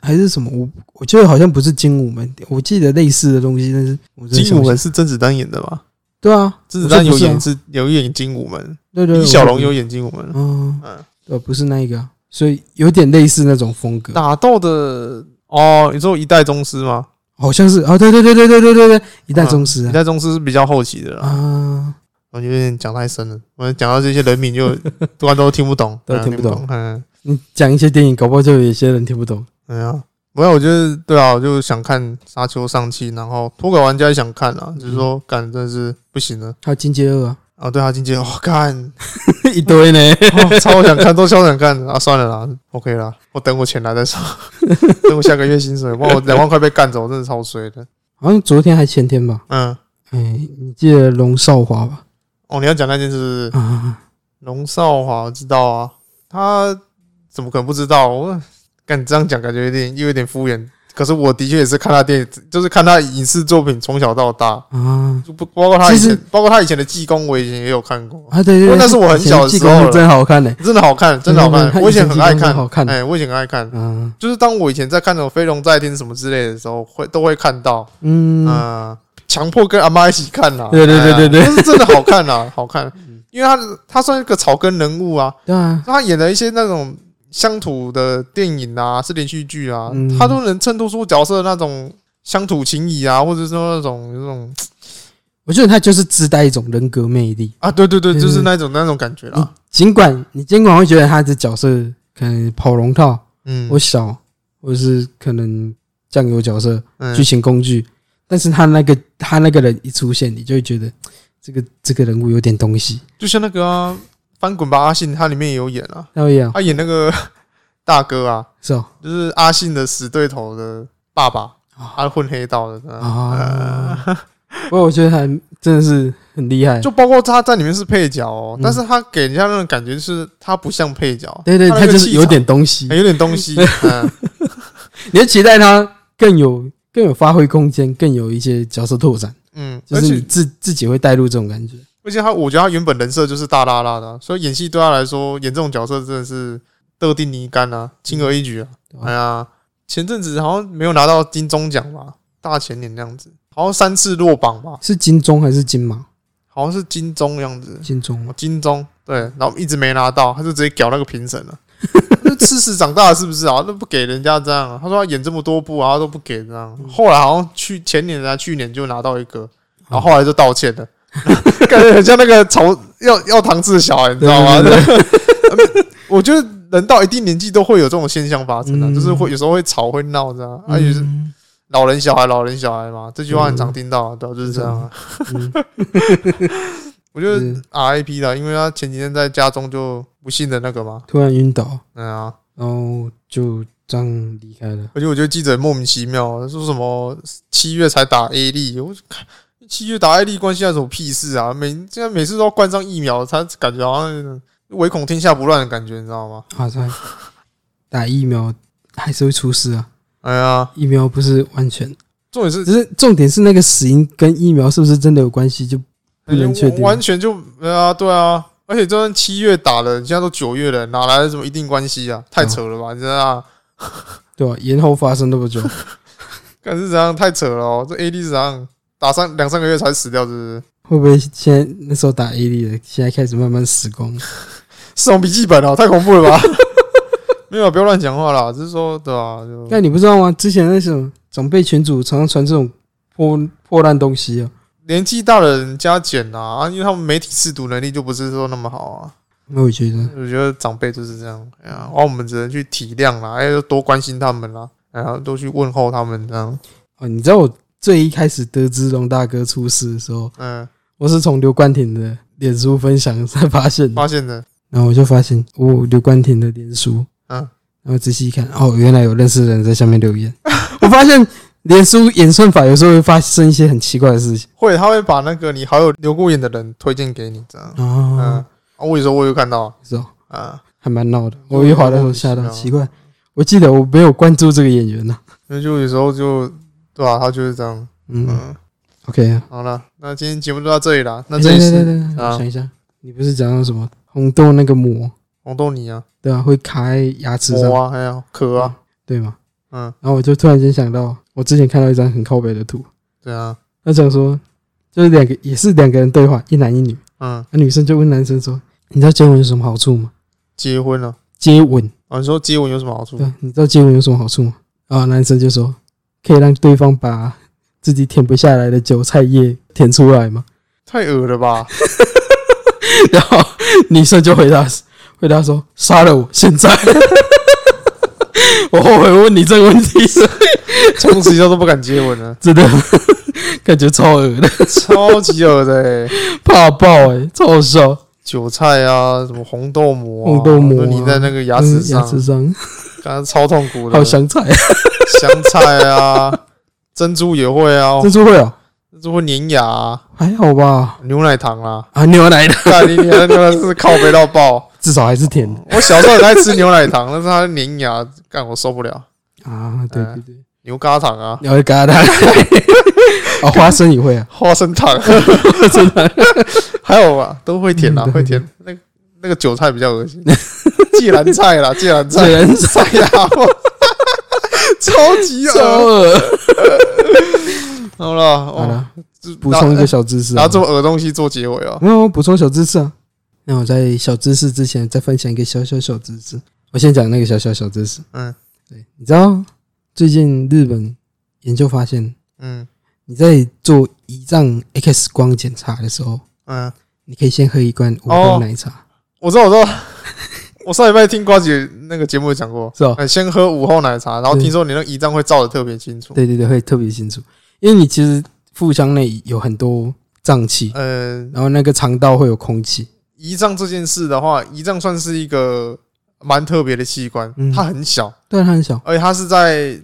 还是什么？我我记得好像不是精武门，我记得类似的东西，但是我真的
精
想
武
不起来
门是甄子丹演的吧？
对啊，
甄子丹有演
我说不是啊
是有演精武门，
对对，
李小龙有
演
演精武门，
嗯
嗯，
对，不是那一个啊，所以有点类似那种风格，
打斗的哦，你说一代宗师吗？
好像是啊，对对对对对对对对，一代宗师
一
啊
代宗师是比较后期的啦，
啊，
我有点讲太深了，我讲到这些人名 就突然都听不懂，
都
嗯
听不懂，
嗯
你讲一些电影，搞不好就有一些人听不懂。
哎呀，没有，我觉得对啊，我就想看《沙丘》上期，然后脱稿玩家也想看啊，只是说干真的是不行了
还有《金街 二》啊，
啊！对啊，金姐，我、干、
一堆呢，
哦超想看，都超想看啊！算了啦，OK 啦，我等我钱来再说，等我下个月薪水，不然我两万块被干走，真的超衰的。
好像昨天还前天吧，
嗯，
哎，你记得龙少华吧？
哦，你要讲那件事是不是
啊。
龙少华，我知道啊，他怎么可能不知道？我干这样讲，感觉有点又有点敷衍。可是我的确也是看他电影，就是看他影视作品，从小到大。
啊
就不包括他以
其
前
实，
包括他以前的济公，我以前也有看过，
啊！对
不
对对，
哦过那是我很小的时候
济公
了
真好看呢。
真的好看，真的好
对对
看。
对
我以前很爱
他以前济公真的
看，
好看
哎，我以前很爱看。
啊，
就是当我以前在看那种《飞龙在天》什么之类的时候，会都会看到，
嗯，
嗯，强迫跟阿妈一起看啦。
对对对
哎呀
对对
但是真的好看 啦，好看，因为他他算是个草根人物啊，
对啊，
他演了一些那种乡土的电影啊，是连续剧啊
嗯，
他都能衬托出角色的那种乡土情谊啊，或者说那种那种
我觉得他就是自带一种人格魅力。
啊，对对对，
对
就是啊
对
那种那种感觉啦。
尽管你尽管会觉得他的角色可能跑龙套、
嗯，
或小，或是可能酱油角色、
嗯
剧情工具，但是他那个他那个人一出现，你就会觉得这个这个人物有点东西。
就像那个啊，《翻滚吧阿信》，他里面也有演啊，
那一样
他演那个 大哥啊，
是哦，
就是阿信的死对头的爸爸，他混黑道的
啊
啊，呃
不过我觉得还真的是很厉害，
就包括他在里面是配角哦
嗯，
但是他给人家那种感觉是他不像配角，
对对，
他
他
那个
就是
气
有
场
点东西
哎，有点东 西，嗯，
你就期待他更有更有发挥空间，更有一些角色拓展，
嗯，
就
而
是你
且
自自己会带入这种感觉。
而且他，我觉得他原本人设就是大拉拉的啊、所以演戏对他来说，演这种角色真的是得定泥干啊，轻而易举啊。
嗯
哎呀，前阵子好像没有拿到金钟奖吧，大前年那样子，好像三次落榜吧，
是金钟还是金马？
好像是金钟样子，
金钟
哦，金钟对，然后一直没拿到，他就直接屌那个评 审了。就吃屎长大了是不是啊？那不给人家这样啊、他说他演这么多部啊，他都不给这样。后来好像去前年啊，去年就拿到一个，然后后来就道歉 了，感觉很像那个吵要要糖吃的小孩，你知道吗？
对对
我觉得人到一定年纪都会有这种现象发生的、啊
嗯
就是会有时候会吵会闹这样，啊，有时
嗯
老人小孩老人小孩嘛，这句话很常听到、啊，对啊、就是这样啊。
嗯
我觉得
是
RIP 的，因为他前几天在家中就不幸的那个嘛，
突然晕倒，
嗯啊，
然后就这样离开了。
而且我觉得记者莫名其妙说什么七月才打 A 粒，我就看七月打 A 粒关系那什么屁事啊？每现在每次都要冠上疫苗，他感觉好像唯恐天下不乱的感觉，你知道吗？
好像啊 打疫苗还是会出事啊，
哎呀，
疫苗不是完全，
重点是
只是重点是那个死因跟疫苗是不是真的有关系，就不能确定
哎完全就对啊，对啊，而且就算七月打了，你现在都九月了，哪来的什么一定关系啊？太扯了吧，你知道吗？
对吧、延后发生那么久，
看是怎样，太扯了哦！这 A D 是怎样打三两三个月才死掉，是不是？
会不会现在那时候打 A 力的，现在开始慢慢死 光？
是从笔记本哦，太恐怖了 吧？没有，不要乱讲话啦，只是说对啊，就
但你不知道吗？之前那种长辈群主常常传这种破破烂东西啊，
年纪大的人加减啊，啊因为他们媒体识读能力就不是说那么好啊。
那我觉得
我觉得长辈就是这样，哎呀，然后我们只能去体谅啦，哎，多关心他们啦，然后多去问候他们这样，
啊，你知道我最一开始得知龙大哥出事的时候，
嗯，
我是从刘冠廷的脸书分享才发现的，
发现的，
然后我就发现哦，刘冠廷的脸书，
嗯
然后仔细一看，哦，原来有认识的人在下面留言， 我发现脸书演算法有时候会发生一些很奇怪的事情
会，他会把那个你好友留过言的人推荐给你，这样。嗯，
啊
啊，我有时候我有看到
是哦，
啊，
还蛮闹的。我一滑的时候吓到，
嗯
奇怪，我记得我没有关注这个演员呢、
那就有时候就对啊吧、他就是这样。
嗯
嗯，
，OK 啊。
好了，那今天节目就到这里了。那这里
对对对
是
对，对
啊
我想一下，你不是讲到什么红豆那个膜，
红豆泥啊，
对吧、会卡在牙齿
膜
上，
啊，还有壳啊，
对吗？
嗯，
然后我就突然间想到，我之前看到一张很靠北的图，
对啊，
他讲说，就是两个也是两个人对话，一男一女，
嗯，
那女生就问男生说：“你知道接吻有什么好处吗
结婚了、？”
接吻，
啊，你说接吻有什么好处
对？，你知道接吻有什么好处吗？啊，男生就说：“可以让对方把自己舔不下来的韭菜叶舔出来吗？”
太恶了 吧！
然后女生就回答回答说：“杀了我，现在。”我后悔问你这个问题，，
从此以后都不敢接吻了
真的感觉 超恶的，
超级恶的、欸。
怕爆哎、超好笑，
韭菜啊，什么红豆膜、啊，
红豆膜啊
你在那个牙齿上
嗯牙，齿上
刚刚超痛苦
还
的。
有香菜，
香菜啊， 珍珠也会啊，
珍珠会哦，
珍珠会粘牙、啊，
还好吧？
牛奶糖 啦、
啊，牛奶的
大你娘真的是靠背到爆！
至少还是甜的
我小时候很爱吃牛奶糖，但是它粘牙，干我受不了。
啊，对
哎
对对，
牛轧糖啊，
然后就嘎哒，哦，花生也 会啊，
花生糖，
真 的
还有啊，都会甜啊，
嗯
会甜。那个那个韭菜比较恶心， 芥蓝菜啦，芥蓝菜，
芥蓝
菜 呀，我超级
超
恶。
恶。
好了，
好
哦
了，补充一个小知识啊，
拿这么恶的东西做结尾哦。
没有补充小知识啊。那我在小知识之前再分享一个小小小知识。我先讲那个小小小知识。
嗯，
对，你知道最近日本研究发现，
嗯
你在做胰脏 X 光检查的时候，
嗯，
你可以先喝一罐无
哦
糖奶茶，
我知道，我知道。 我上礼拜听瓜姐那个节目有讲过，
是吧？
哎先喝午后奶茶，然后
嗯
听说你那个胰脏会照的特别清楚。
对对对，会特别清楚，因为你其实腹腔内有很多胀气，
呃，
然后那个肠道会有空气。
胰脏这件事的话，胰脏算是一个蛮特别的器官，
嗯
它很小，
对，它很小，
而且它是在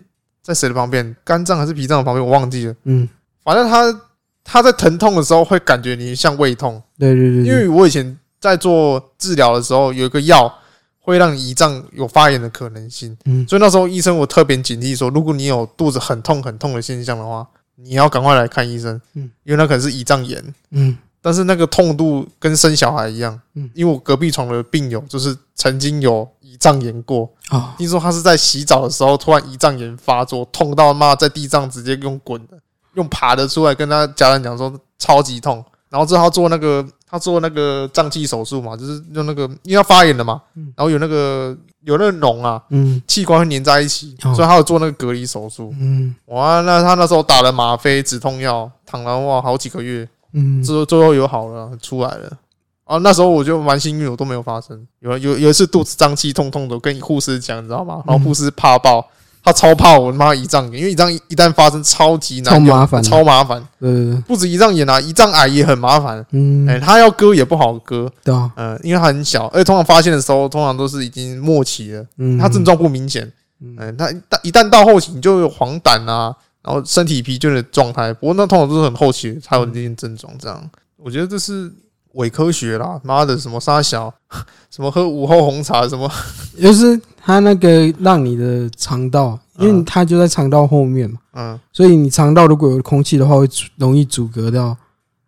在谁的旁边？肝脏还是脾脏的旁边？我忘记了。
嗯，
反正它它在疼痛的时候会感觉你像胃痛，
对对对，对
因为我以前在做治疗的时候，有一个药会让胰脏有发炎的可能性，
嗯
所以那时候医生我特别警惕说，如果你有肚子很痛很痛的现象的话，你要赶快来看医生，
嗯
因为那可能是胰脏炎。
嗯
但是那个痛度跟生小孩一样，
嗯
因为我隔壁床的病友就是曾经有胰脏炎过，
啊，
听说他是在洗澡的时候突然胰脏炎发作，痛到妈在地上直接用滚的，用爬的出来跟他家人讲说超级痛，然后之后他做那个他做那个脏器手术嘛，就是用那个因为要发炎了嘛
嗯，
然后有那个有那个脓啊。
嗯
器官会粘在一起，
哦
所以他有做那个隔离手术。
嗯
哇，那他那时候打了吗啡止痛药，躺了哇好几个月。
嗯，
最后最后有好了，出来了。啊，那时候我就蛮幸运，我都没有发生。有有有一次肚子胀气痛痛的，我跟护士讲，你知道
嗯
吗？然后护士怕爆，他超怕我妈胰脏炎，因为胰脏一旦发生超级难
超
用，
麻烦的，
超麻烦，
对对对，
不止胰脏炎啊，胰脏癌也很麻烦。哎、
嗯，
他要割也不好割，
对啊，
嗯、因为他很小，而且通常发现的时候，通常都是已经末期了，
嗯，
他症状不明显。
嗯，
嗯、他一旦一旦到后期，你就有黄疸啊，然后身体疲倦的状态。不过那通常都是很后期才有这
嗯
些症状。这样，我觉得这是伪科学啦！妈的，什么沙小， 什么喝午后红茶，什么
就是它那个让你的肠道，因为
嗯
它就在肠道后面嘛，
嗯
所以你肠道如果有空气的话，会阻容易阻隔到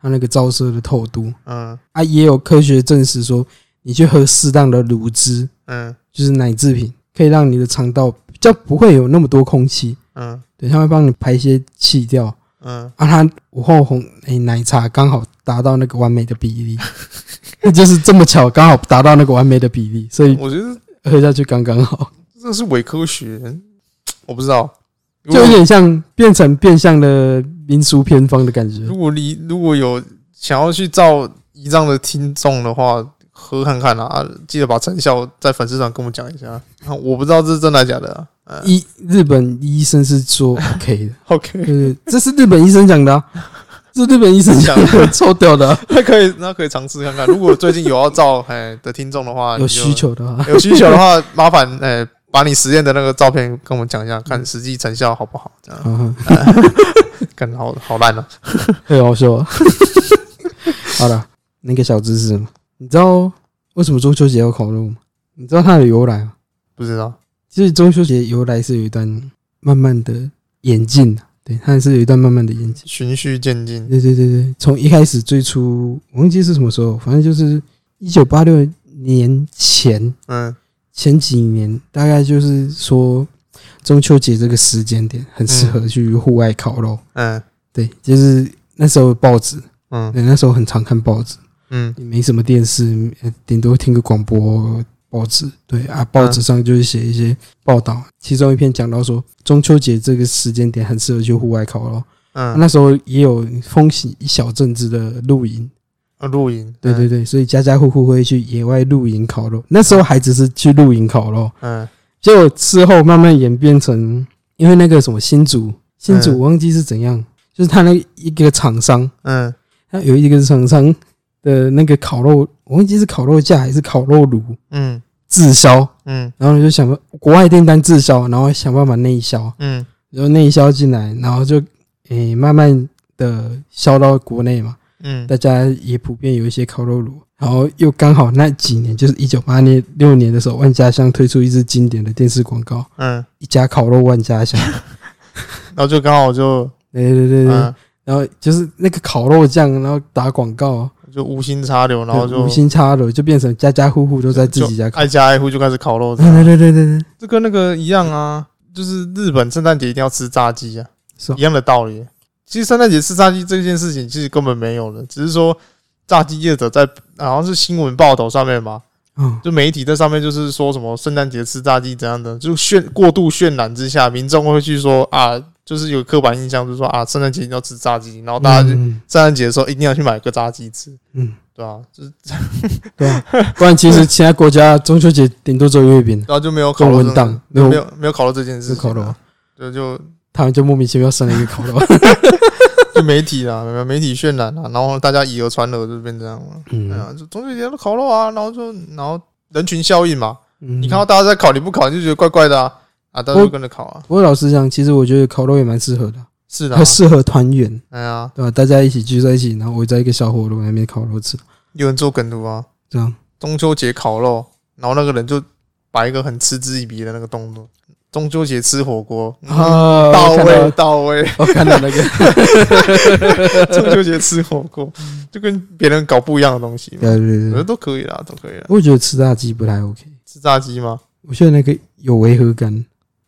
它那个照射的透度。
嗯
啊，也有科学证实说，你去喝适当的乳汁，
嗯
就是奶制品，可以让你的肠道比较不会有那么多空气，
嗯
对，它会帮你排一些气掉。
嗯，
啊，它午后红诶、奶茶刚好达到那个完美的比例， 就是这么巧，刚好达到那个完美的比例，所以
我觉得
喝下去刚刚好，
这是伪科学，我不知道。如
就有
果
点像变成变相的民俗偏方的感觉。
如果你如果有想要去照胰脏的听众的话。喝看看啦、啊，记得把成效在粉丝团跟我讲一下。啊我不知道这是真的假的、啊。嗯
医日本医生 是说 OK 的，
，OK，
对，这是日本医生讲的、啊，这是日本医生讲的，抽掉的啊、
那可以，那可以尝试看看。如果最近有要照 哎的听众的话，
有
你就
需，求的啊话，
有需求的话，麻烦哎把你实验的那个照片跟我们讲一下，看实际成效好不好？这样
啊，
干好好烂啊了、
很好笑啊。 好了，那个小知识嘛，你知道为什么中秋节要烤肉吗？你知道它的由来吗？
不知道，
其实中秋节由来是有一段慢慢的演进的，对，它是有一段慢慢的演进。
循序渐进。
对对对对，从一开始最初我忘记是什么时候，反正就是一九八六年前
嗯
前几年，大概就是说中秋节这个时间点很适合去户外烤肉。
嗯
对，就是那时候报纸，
嗯
对，那时候很常看报纸，
嗯
也没什么电视，呃顶多听个广播报纸。对啊，报纸上就是写一些报道，其中一篇讲到说中秋节这个时间点很适合去户外烤肉。
嗯，
那时候也有风行一小阵子的露营，
呃露营，
对对对，所以家家户户会去野外露营烤肉。那时候还只是去露营烤肉，
嗯，
结果事后慢慢演变成，因为那个什么新竹，新竹
嗯
我忘记是怎样，就是他那一个厂商，
嗯
他有一个厂商的那个烤肉，我忘记是烤肉架还是烤肉炉
嗯
滞销，
嗯嗯
然后你就想办国外订单滞销，然后想办法内销，
嗯
然后内销进来，然后就诶、慢慢的销到国内嘛，
嗯
大家也普遍有一些烤肉炉，然后又刚好那几年就是一九八年六年的时候，万家香推出一支经典的电视广告，
嗯，
一家烤肉万 家香，
然后就刚好就
对对对对，
嗯
然后就是那个烤肉酱，然后打广告。
就无心插柳，然后
对
就
无心插柳，就变成家家户户都在自己家
就
嗯烤。
挨家挨户就开始烤肉这
对
样，
对对对对对，
这跟那个一样啊，就是日本圣诞节一定要吃炸鸡啊，
是啊
一样的道理。其实圣诞节吃炸鸡这件事情其实根本没有了，只是说炸鸡业者在好像是新闻报道上面嘛，
嗯，
就媒体在上面就是说什么圣诞节吃炸鸡怎样的，就渲过度渲染之下，民众会去说啊，就是有刻板印象，就是说啊，圣诞节一定要吃炸鸡，然后大家就圣
嗯，
诞节的时候一定要去买个炸鸡吃，
嗯，
对啊，就是
对啊，不然其实其他国家中秋节顶多只有月饼，
然后就没有烤
更
肉
文
这
档
种，，
没
没
有
有没有烤肉这件事情啊，
烤肉，
对，就
他们就莫名其妙生了一个烤肉，
就被媒体啊，没有 媒体渲染啊，然后大家以讹传讹就变这样了。对
嗯
啊，就中秋节都烤肉啊，然后就然后人群效应嘛，
嗯
你看到大家在烤，你不烤你就觉得怪怪的啊，啊，大家就跟着烤啊，
不过老实讲，其实我觉得烤肉也蛮适合的，
是的啊
它，适合团圆，
哎呀，
对吧？大家一起聚在一起，然后围在一个小火炉那边烤肉吃，
有人做梗图啊，
这样
中秋节烤肉，然后那个人就摆一个很嗤之以鼻的那个动作，中秋节吃火锅。 嗯
啊
到
我看
位
到
到位，
我看到 那个，
中秋节吃火锅就跟别人搞不一样的东西嘛，
对对
我觉得
对，
都可以啦，都可以啦。
我觉得吃炸鸡不太 OK，
吃炸鸡吗？
我觉得那个有违和感。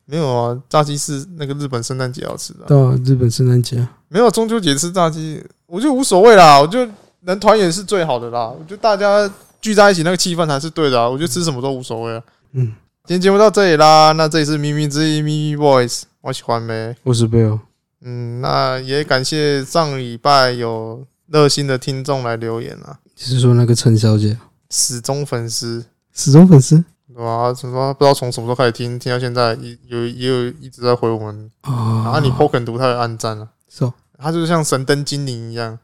没有啊，炸鸡是那个日本圣诞节要吃的啊、
到日本圣诞节啊，
没有中秋节吃炸鸡，我就无所谓啦，我就能团圆是最好的啦。我觉得大家聚在一起那个气氛才是对的啊，我觉得吃什么都无所谓啊。
嗯，
今天节目到这里啦，那这里是咪咪之音咪咪 Voice，我喜欢呗。
我是贝尔，
嗯，那也感谢上礼拜有热心的听众来留言啊，
就是说那个陈小姐，
死忠粉丝。
始终粉丝
对啊，什么不知道从什么时候开始听，听到现在也有也有一直在回我们，然
啊
后你 Poken 读他的暗赞啊，
是哦，
他就像神灯精灵一样。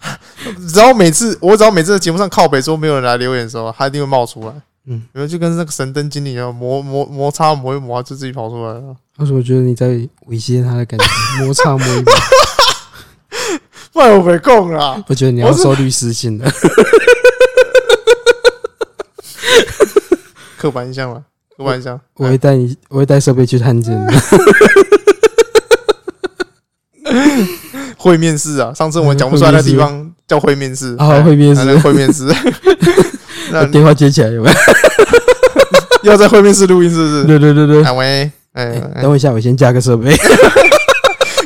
只要每次我只要每次在节目上靠北说没有人来留言的时候，他一定会冒出来。
嗯，
然后就跟那个神灯精灵一样，摩摩摩擦磨一磨，就自己跑出来了。
他说我觉得你在猥亵他的感 觉，摩擦摩一把，
不然我没空啦。
我觉得你要收律师 信的，
刻板印象了，刻板印象。
我会带你，我会带设备去探监的。
会面试啊，上次我们讲不出来的地方叫会面试
啊会面试
哎那会面试。那
把
嗯
电话接起来有没有？
要在会面室录音是不是？
对对对对，
啊喂，哎
哎，
哎
等我一下，我先加个设 备，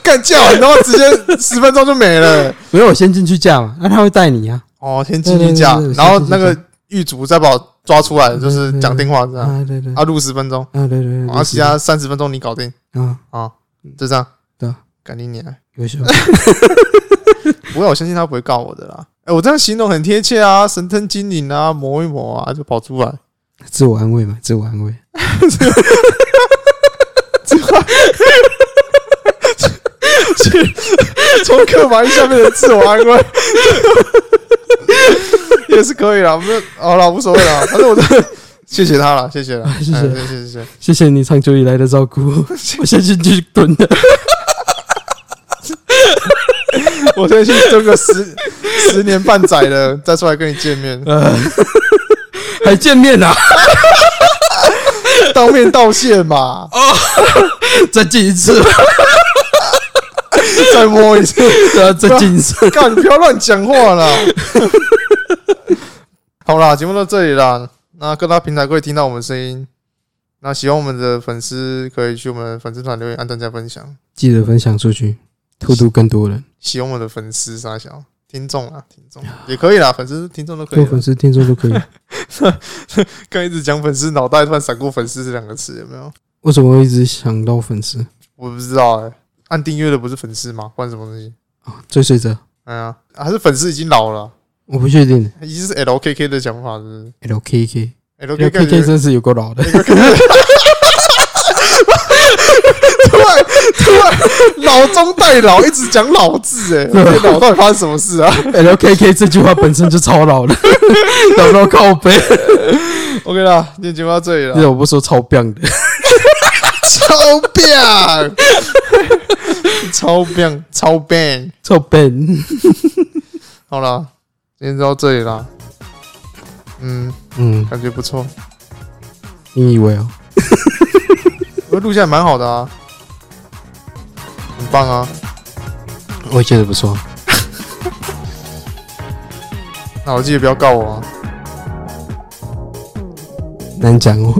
干叫 完，然后直接十分钟就没了。
没有，我先进去架嘛，那他会带你啊。
哦，先进去架
对对对，对
然后
先
那
进去
个狱卒再把我抓出来，就是
对对
讲电话这样
啊，对对
啊，录十分钟，
啊，对对对，
然后其他三十分钟你搞定
啊，
啊，就这样。
对，
赶紧你。
优秀，
不会，我相信他不会告我的啦。哎，我这样形容很贴切啊，神灯精灵啊，磨一磨啊，就跑出 来。
自我安慰嘛，自我安慰。
从刻板印象变成自我安慰， 也是可以啦。没有，好了，无所谓啦，反正我都谢谢他了，谢谢了，
谢谢
哎谢谢谢谢。
谢谢你长久以来的照顾， 我先进去蹲的。
我先去蹲个 十十年半载了，再出来跟你见面，
呃，还见面啊？
当面道谢嘛，
哦再进一次，
再摸一 次。
对啊，再进一次。
干，你不要乱讲话啦！ 好啦，节目到这里啦。那各大平台可以听到我们的声音。那喜欢我们的粉丝可以去我们的粉丝团留言、按赞、加分享。
记得分享出去，荼毒更多人，
喜欢我的粉丝傻小听众啊，听众也可以啦，粉丝听众都可以啊
做
啦
粉。丝听众都 可以。
刚一直讲粉丝，脑袋突然闪过“粉丝”这两个词，有没有？
为什么会一直想到粉丝
我不知道哎、按订阅的不是粉丝吗？不然什么东西？
啊？追随者，
哎呀，还是粉丝已经老了，
我不确定。
已经是 LKK 的想法，是不是
LKK，LKK
？LKK 觉得
真是有够老的，
突然突然老中带老，一直讲老字哎、我的脑到底发生什么事啊
LKK 这句话本身就超老 了，老到靠背。
啊？OK 啦，今天节目到这里
这
了，
我不说超棒的，
超棒， 超棒，超棒。
超笨。
好啦，今天就到这里啦。嗯，
嗯，
感觉不错，
你以为哦？
我录下来蛮好的啊，很棒啊。
我也觉得不错。
那我记得不要告我啊。
难讲哦，